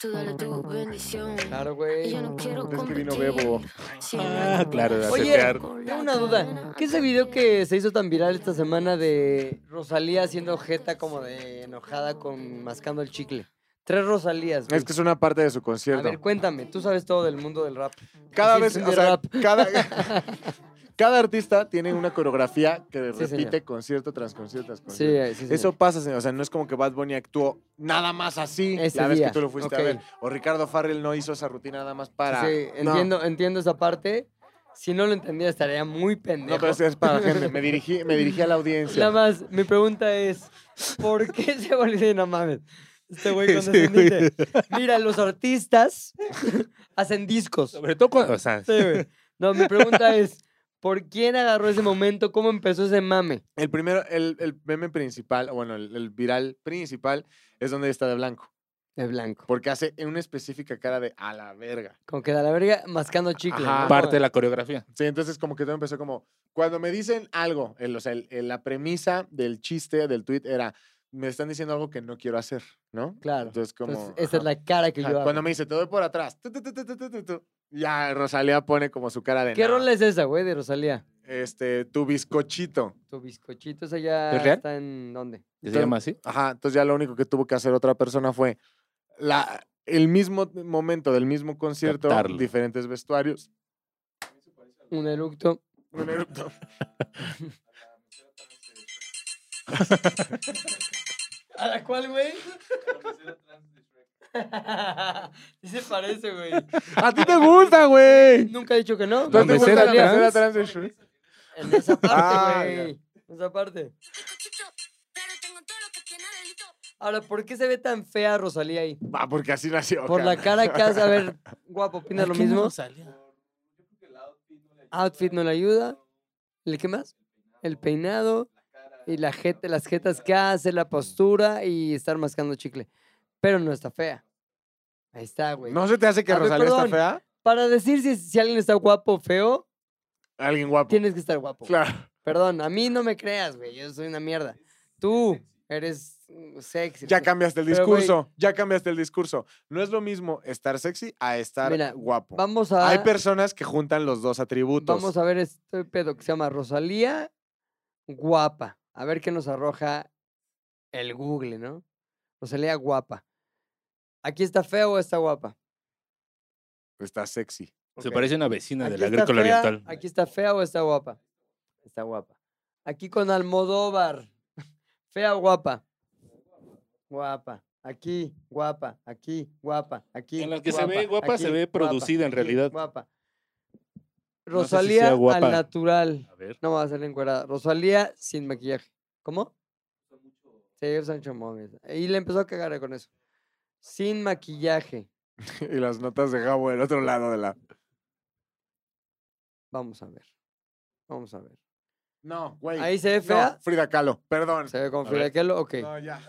Tú dale tu bendición.
Claro,
Y
güey.
yo no quiero
Es que vino
competir.
Bebo.
Si
Ah,
no-
claro, de
Oye,
aceptar.
Tengo una duda. ¿Qué es ese video que se hizo tan viral esta semana de Rosalía haciendo jeta como de enojada con mascando el chicle? Tres Rosalías, güey.
Es que es una parte de su
A
concierto.
ver, cuéntame. Tú sabes todo del mundo del rap.
Cada
Sí,
vez,
sí,
o
de
sea,
rap.
cada, cada artista tiene una coreografía que
Sí, señor.
repite concierto tras concierto tras
Sí,
concierto.
sí,
Eso pasa, señor. o sea, no es como que Bad Bunny actuó nada más así
Ese
la vez
día.
que tú lo fuiste
Ok.
a ver. O Ricardo Farrell no hizo esa rutina nada más para.
Sí,
No.
entiendo, entiendo esa parte. Si no lo entendía, estaría muy
No,
pendejo.
pero es- es para la gente. Me dirigí, me dirigí a la audiencia.
Nada más, mi pregunta es, ¿por qué se volvió no mames? Este güey
Sí, güey.
condescendiente. Mira, los artistas hacen discos.
Sobre todo cuando. O sea,
Sí, güey. No, mi pregunta es, ¿por quién agarró ese momento? ¿Cómo empezó ese mame?
El primero, el, el meme principal, o bueno, el, el viral principal, es donde está de blanco.
De blanco.
Porque hace una específica cara de a la verga.
Como que da la verga mascando chicle.
Ajá.
¿no?
parte de la coreografía.
Sí, entonces como que todo empezó como, cuando me dicen algo, el- o sea, el- el- la premisa del chiste, del tweet era, me están diciendo algo que no quiero hacer, ¿no?
Claro.
Entonces como...
Entonces, esa es
ajá,
la cara que
ajá.
yo hago.
Cuando me dice, te doy por atrás. tu, tu, tu, tu, tu, tu, tu, tu, Ya, Rosalía pone como su cara de...
¿Qué
"No,
rol es esa, güey, de Rosalía?
Este, tu bizcochito.
Tu bizcochito, esa ya
¿Es real?
está en dónde?
¿Se
Entonces-
llama así?
Ajá, entonces ya lo único que tuvo que hacer otra persona fue la, el mismo momento del mismo concierto,
Captarlo.
diferentes vestuarios.
Un eructo.
Un eructo.
¿A la cual, güey? Sí se parece, güey.
¡A ti te gusta, güey!
Nunca he dicho que no.
¿No
La
te gusta
mesera
la
trans.
mesera trans de Shrek?
En esa
Ah,
parte,
ya.
güey. En esa parte. Ahora, ¿por qué se ve tan fea Rosalía ahí?
Ah, porque así nació.
Por la cara
carnal.
que hace. A ver, guapo, ¿opinas lo mismo? Outfit no le ayuda. ¿Le qué más? El peinado. Y la jeta, las jetas que hace, la postura y estar mascando chicle. Pero no está fea. Ahí está, güey.
¿No se te hace que
A ver,
Rosalía
perdón.
está fea?
Para decir si, si alguien está guapo o feo,
Alguien guapo.
tienes que estar guapo.
Claro.
Perdón, a mí no me creas, güey. Yo soy una mierda. Tú eres mm, sexy.
Ya cambiaste el
Pero, güey-
discurso. ya cambiaste el discurso. No es lo mismo estar sexy a estar
Mira,
guapo.
Vamos a,
Hay personas que juntan los dos atributos.
vamos a ver este pedo que se llama Rosalía Guapa. A ver qué nos arroja el Google, ¿no? Rosalía Guapa. ¿Aquí está fea o está guapa?
Está sexy.
Se
Ok.
parece a una vecina de
Aquí
la
está
agrícola
fea,
oriental.
Aquí está fea o está guapa. Está guapa. Aquí con Almodóvar. Fea o guapa. Guapa. Aquí, guapa. Aquí, guapa. Aquí.
En la que se ve guapa, se ve
guapa,
producida en
aquí,
realidad.
Guapa.
No sé si sea
Rosalía
guapa.
al natural.
A ver.
No va a ser encuerada. Rosalía sin maquillaje. ¿Cómo? Sí, usa mucho móvil. Y le empezó a cagar con eso. Sin maquillaje.
y las notas de Gabo del otro lado de la.
Vamos a ver. Vamos a ver.
No, güey.
Ahí se ve fea.
no, Frida Kahlo, perdón.
Se ve con
A
Frida
ver.
Kahlo. Ok.
No, ya.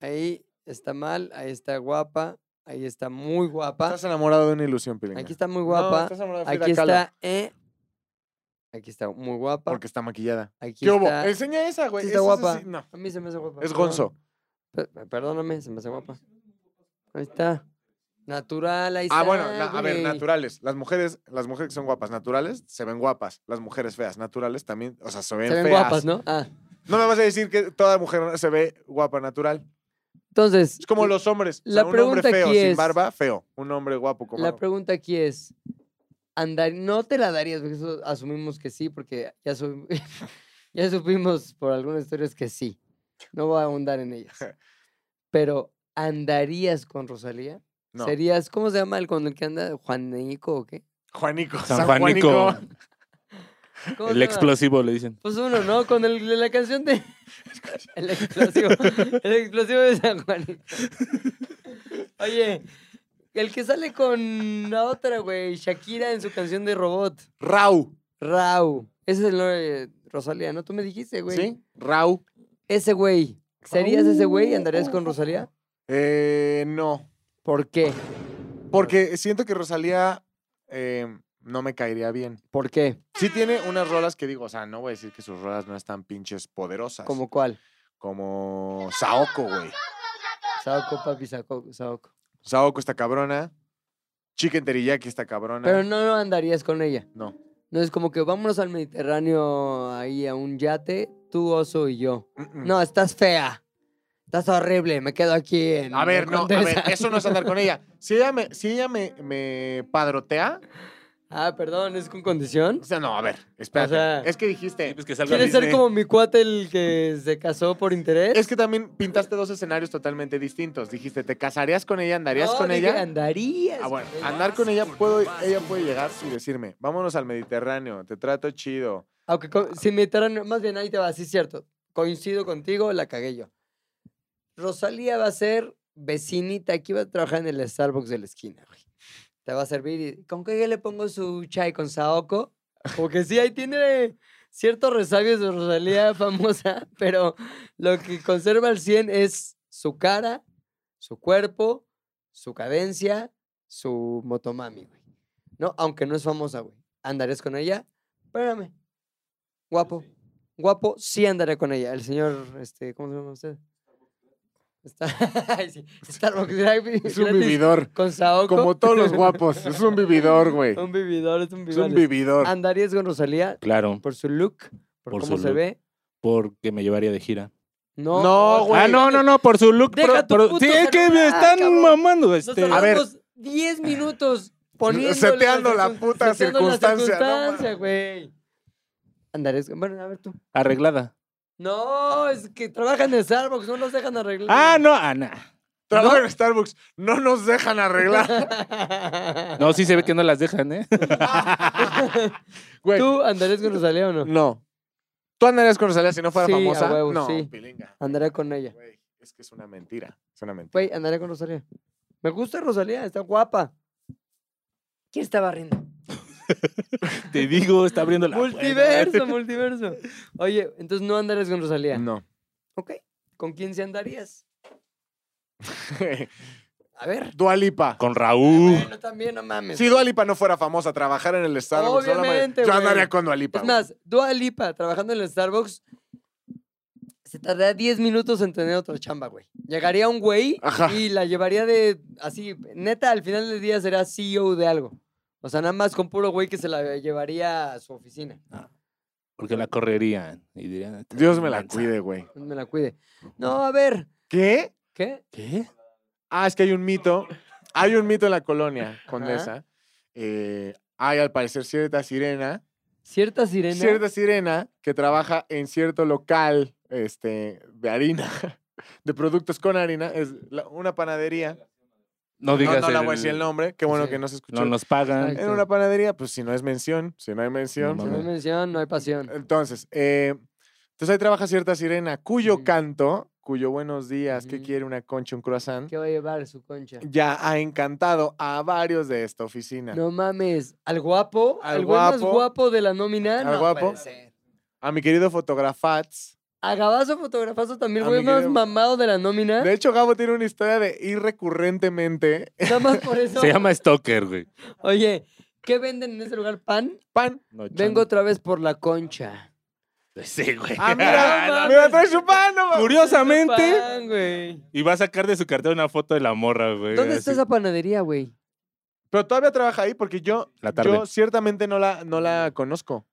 Ahí está mal, ahí está guapa, ahí está muy guapa.
Estás enamorado de una ilusión, Pilinga.
Aquí está muy
No,
guapa.
estás enamorado de Frida
aquí
Kahlo,
está, eh. Aquí está muy guapa.
Porque está maquillada.
aquí
¿Qué hubo?
está-
Enseña esa, güey.
sí está
Esa es
guapa.
así- no.
A mí se me hace guapa.
Es
perdón.
Gonzo.
Pe- Perdóname, se me hace guapa. Ahí está. Natural, ahí está.
Ah, bueno, na- a ver,
güey.
naturales. Las mujeres, las mujeres que son guapas, naturales, se ven guapas. Las mujeres feas, naturales también, o sea, se ven,
Se ven
feas.
guapas, ¿no? Ah,
No me vas a decir que toda mujer se ve guapa natural.
entonces,
Es como los hombres. O sea,
La
un
pregunta
hombre feo
aquí
sin
es-
barba, feo. Un hombre guapo como.
la pregunta aquí es, andar, no te la darías, porque eso asumimos que sí, porque ya, su- ya supimos por algunas historias que sí. No voy a ahondar en ellas. Pero, ¿andarías con Rosalía?
No.
¿Serías, cómo se llama el con el que anda? ¿Juanico o qué?
Juanico.
San Juanico.
¿Cómo se
El
llama?
explosivo, le dicen.
Pues uno, ¿no? Con el, la canción de... El explosivo. El explosivo de San Juanico. Oye, el que sale con la otra, güey, Shakira en su canción de Robot.
Rau.
Rau. Ese es el nombre de Rosalía, ¿no? Tú me dijiste, güey.
¿Sí? Rau.
Ese güey. ¿Serías ese güey y andarías con Rosalía?
Eh, no.
¿Por qué?
Porque siento que Rosalía eh, no me caería bien.
¿Por qué?
Sí tiene unas rolas que digo, o sea, no voy a decir que sus rolas no están pinches poderosas.
¿Como cuál?
Como Saoko, güey.
Saoko, papi, Saoko. Saoko.
Saoko pues, está cabrona. Chicken Teriyaki está cabrona.
Pero no, no andarías con ella.
no.
No es como que vámonos al Mediterráneo ahí a un yate, tú, oso y yo.
Mm, mm.
No, estás fea. Estás horrible, me quedo aquí en.
A ver,
la
no, a ver,
Condesa.
eso no es andar con ella. Si ella me, si ella me, me padrotea,
Ah, perdón, es con condición.
o sea, no, a ver, espérate.
sea,
es que dijiste.
Sí, pues que salga
¿Quieres ser
Disney.
como mi cuate el que se casó por interés?
Es que también pintaste dos escenarios totalmente distintos. Dijiste, ¿te casarías con ella? ¿Andarías
No,
con
dije,
ella?
Andarías.
Ah, bueno,
con ella.
andar con ella, puedo, ella puede llegar y decirme, vámonos al Mediterráneo, te trato chido.
Aunque co- si Mediterráneo, más bien ahí te va, sí es cierto. Coincido contigo, la cagué yo. Rosalía va a ser vecinita, aquí va a trabajar en el Starbucks de la esquina, güey. Te va a servir y ¿con qué le pongo su chai con saoco? Porque sí, ahí tiene ciertos resabios de Rosalía famosa, pero lo que conserva al 100 es su cara, su cuerpo, su cadencia, su motomami, güey. No, aunque no es famosa, güey. ¿Andarías con ella? Espérame. Guapo. Guapo, sí andaré con ella. El señor, este, ¿cómo se llama usted? Está, Ay, sí, Starbucks gratis-
Es un
gratis
vividor.
Con Saoko.
Como todos los guapos, es un vividor, güey.
un vividor, es un
Es
vividor.
un vividor.
¿Andarías con Rosalía
Claro,
por su look? ¿Por,
Por
cómo
su
se
look.
ve?
porque me llevaría de gira.
No,
No,
otra-
Güey.
Ah, no, no, no, por su look.
Deja
pero-
tu
pero-
puto
sí, es que
celular,
me están
cabrón.
mamando.
Nos
Este,
A ver.
tardamos 10 minutos poniendo.
Seteando la puta circunstancia, no mames.
güey. Andarías con... Bueno, a ver tú.
arreglada.
No, es que trabajan en Starbucks, no los dejan arreglar.
Ah, no, ah, nah.
Trabajo en Starbucks, no nos dejan arreglar.
no.
No, sí se ve que no las dejan, ¿eh?
Güey,
¿Tú andarías con Rosalía o no?
no. ¿Tú andarías con Rosalía si no fuera
Sí, a
famosa?
huevo,
no,
sí.
pilinga.
Andaré con ella.
Güey, es que es una mentira. Es una mentira.
Güey, andaré con Rosalía. Me gusta Rosalía, está guapa. ¿Quién está barriendo?
Te digo, está abriendo la puerta.
Multiverso, multiverso. Oye, entonces no andarías con Rosalía.
No.
Ok. ¿Con quién se andarías? A ver.
Dualipa.
Con Raúl.
Bueno, también no mames.
Si Dualipa no fuera famosa, trabajar en el Starbucks. no la madre-
Obviamente,
yo
güey.
andaría con Dualipa.
Es más, Dua Lipa trabajando en el Starbucks se tardaría 10 minutos en tener otra chamba, güey. Llegaría un güey
Ajá.
y la llevaría de así, neta, al final del día será CEO de algo. O sea, nada más con puro güey que se la llevaría a su oficina.
Porque la correrían. Y dirían,
Dios me la
"Lanza".
cuide, güey.
Dios Pues, Me la cuide. No, a ver,
¿Qué?
¿qué?
¿Qué?
Ah, es que hay un mito. Hay un mito en la colonia condesa. Eh, hay al parecer cierta sirena.
¿Cierta sirena?
Cierta sirena que trabaja en cierto local este, de harina, de productos con harina. Es la- una panadería.
No
No,
digas
no la voy a
el-
decir el nombre. Qué bueno
Sí.
que no se escuchó.
No nos pagan.
Ay.
En una panadería, pues si no es mención, si no hay mención.
Si
pues,
no hay
mames.
mención, no hay pasión.
Entonces, eh, entonces ahí trabaja cierta sirena, cuyo
Ujú.
canto, cuyo buenos días, que
Ujú.
quiere una concha, un croissant,
¿Qué va a llevar su concha?
ya ha encantado a varios de esta oficina.
No mames, al guapo,
Al
al, güey más
guapo.
guapo de la nómina.
Al
No
guapo.
puede ser.
A mi querido Fotografats.
A Gabazo fotografazo también,
A
güey,
mi
más
querido-
mamado de la nómina.
De hecho, Gabo tiene una historia de ir recurrentemente.
Nada más por eso.
Se llama Stalker, güey.
Oye, ¿qué venden en ese lugar? ¿Pan?
Pan.
No,
Vengo otra vez por la concha.
chon- Sí, güey.
Ah,
no
mira,
mames.
mira, trae su pan, no mames.
Curiosamente.
Pan, güey.
Y va a sacar de su cartera una foto de la morra, güey.
¿Dónde está
así.
esa panadería, güey?
Pero todavía trabaja ahí porque yo,
La tarde.
yo ciertamente no la, no la conozco.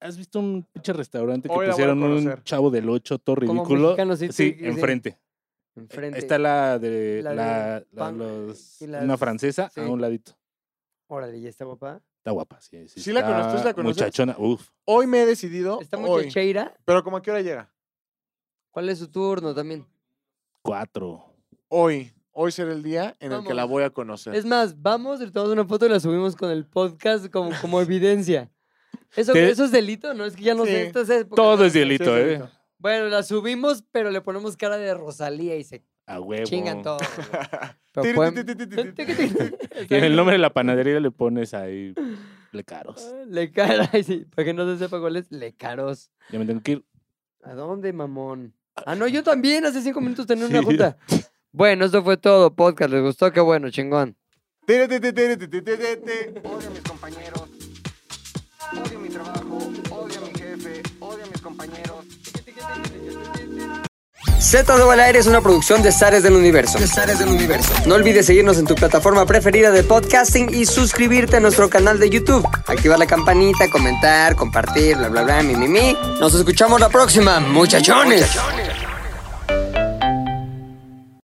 ¿Has visto un pinche restaurante que
Hoy la voy a
pusieron un
conocer.
chavo del 8 todo
Como
ridículo?
mexicano, sí,
Sí,
sí, sí.
enfrente.
Enfrente.
Está la de
La
la,
de
la-
pan
los-
y las-
una francesa
sí.
a un ladito.
Órale, ¿ya está guapa?
Está guapa, sí. Sí,
¿Sí la conoces? ¿Tú sí la
está
conoces?
Muchachona, uff.
Hoy me he decidido.
¿Está
hoy.
muchacheira?
Pero como a qué hora llega?
¿Cuál es su turno también?
Cuatro.
Hoy. Hoy será el día en el que la
Vamos.
voy a conocer.
Es más, vamos, le tomamos una foto y la subimos con el podcast como, como evidencia. ¿Eso,
Te-
¿Eso es delito? No, es que ya no
Sí.
sé. estas épocas,
Todo
¿no?
es
Sí,
delito,
es
¿eh?
delito.
Bueno, la subimos, pero le ponemos cara de Rosalía y se
A huevo.
chingan todo.
Tiri,
Pero pueden-
ti, ti, ti, ti, ti, ti.
Y en el nombre de la panadería le pones ahí plecaros.
Le cara, ay, sí, para que no se sepa cuál es, le caros.
Ya me tengo que ir.
¿A dónde, mamón? Ah, no, yo también, hace cinco minutos tenía una
Sí.
junta. Bueno, eso fue todo, podcast, ¿les gustó? Qué bueno, chingón.
Tiri, ti, ti, tiri, ti, ti, ti, ti, ti.
Odio a mis compañeros. Odio mi trabajo. Odio a mi jefe. Odio a mis compañeros.
Z2 al aire es una producción de Zares del Universo. del Universo. No olvides seguirnos en tu plataforma preferida de podcasting y suscribirte a nuestro canal de YouTube. Activar la campanita, comentar, compartir, bla, bla, bla, mi, mi, mi. Nos escuchamos la próxima, muchachones.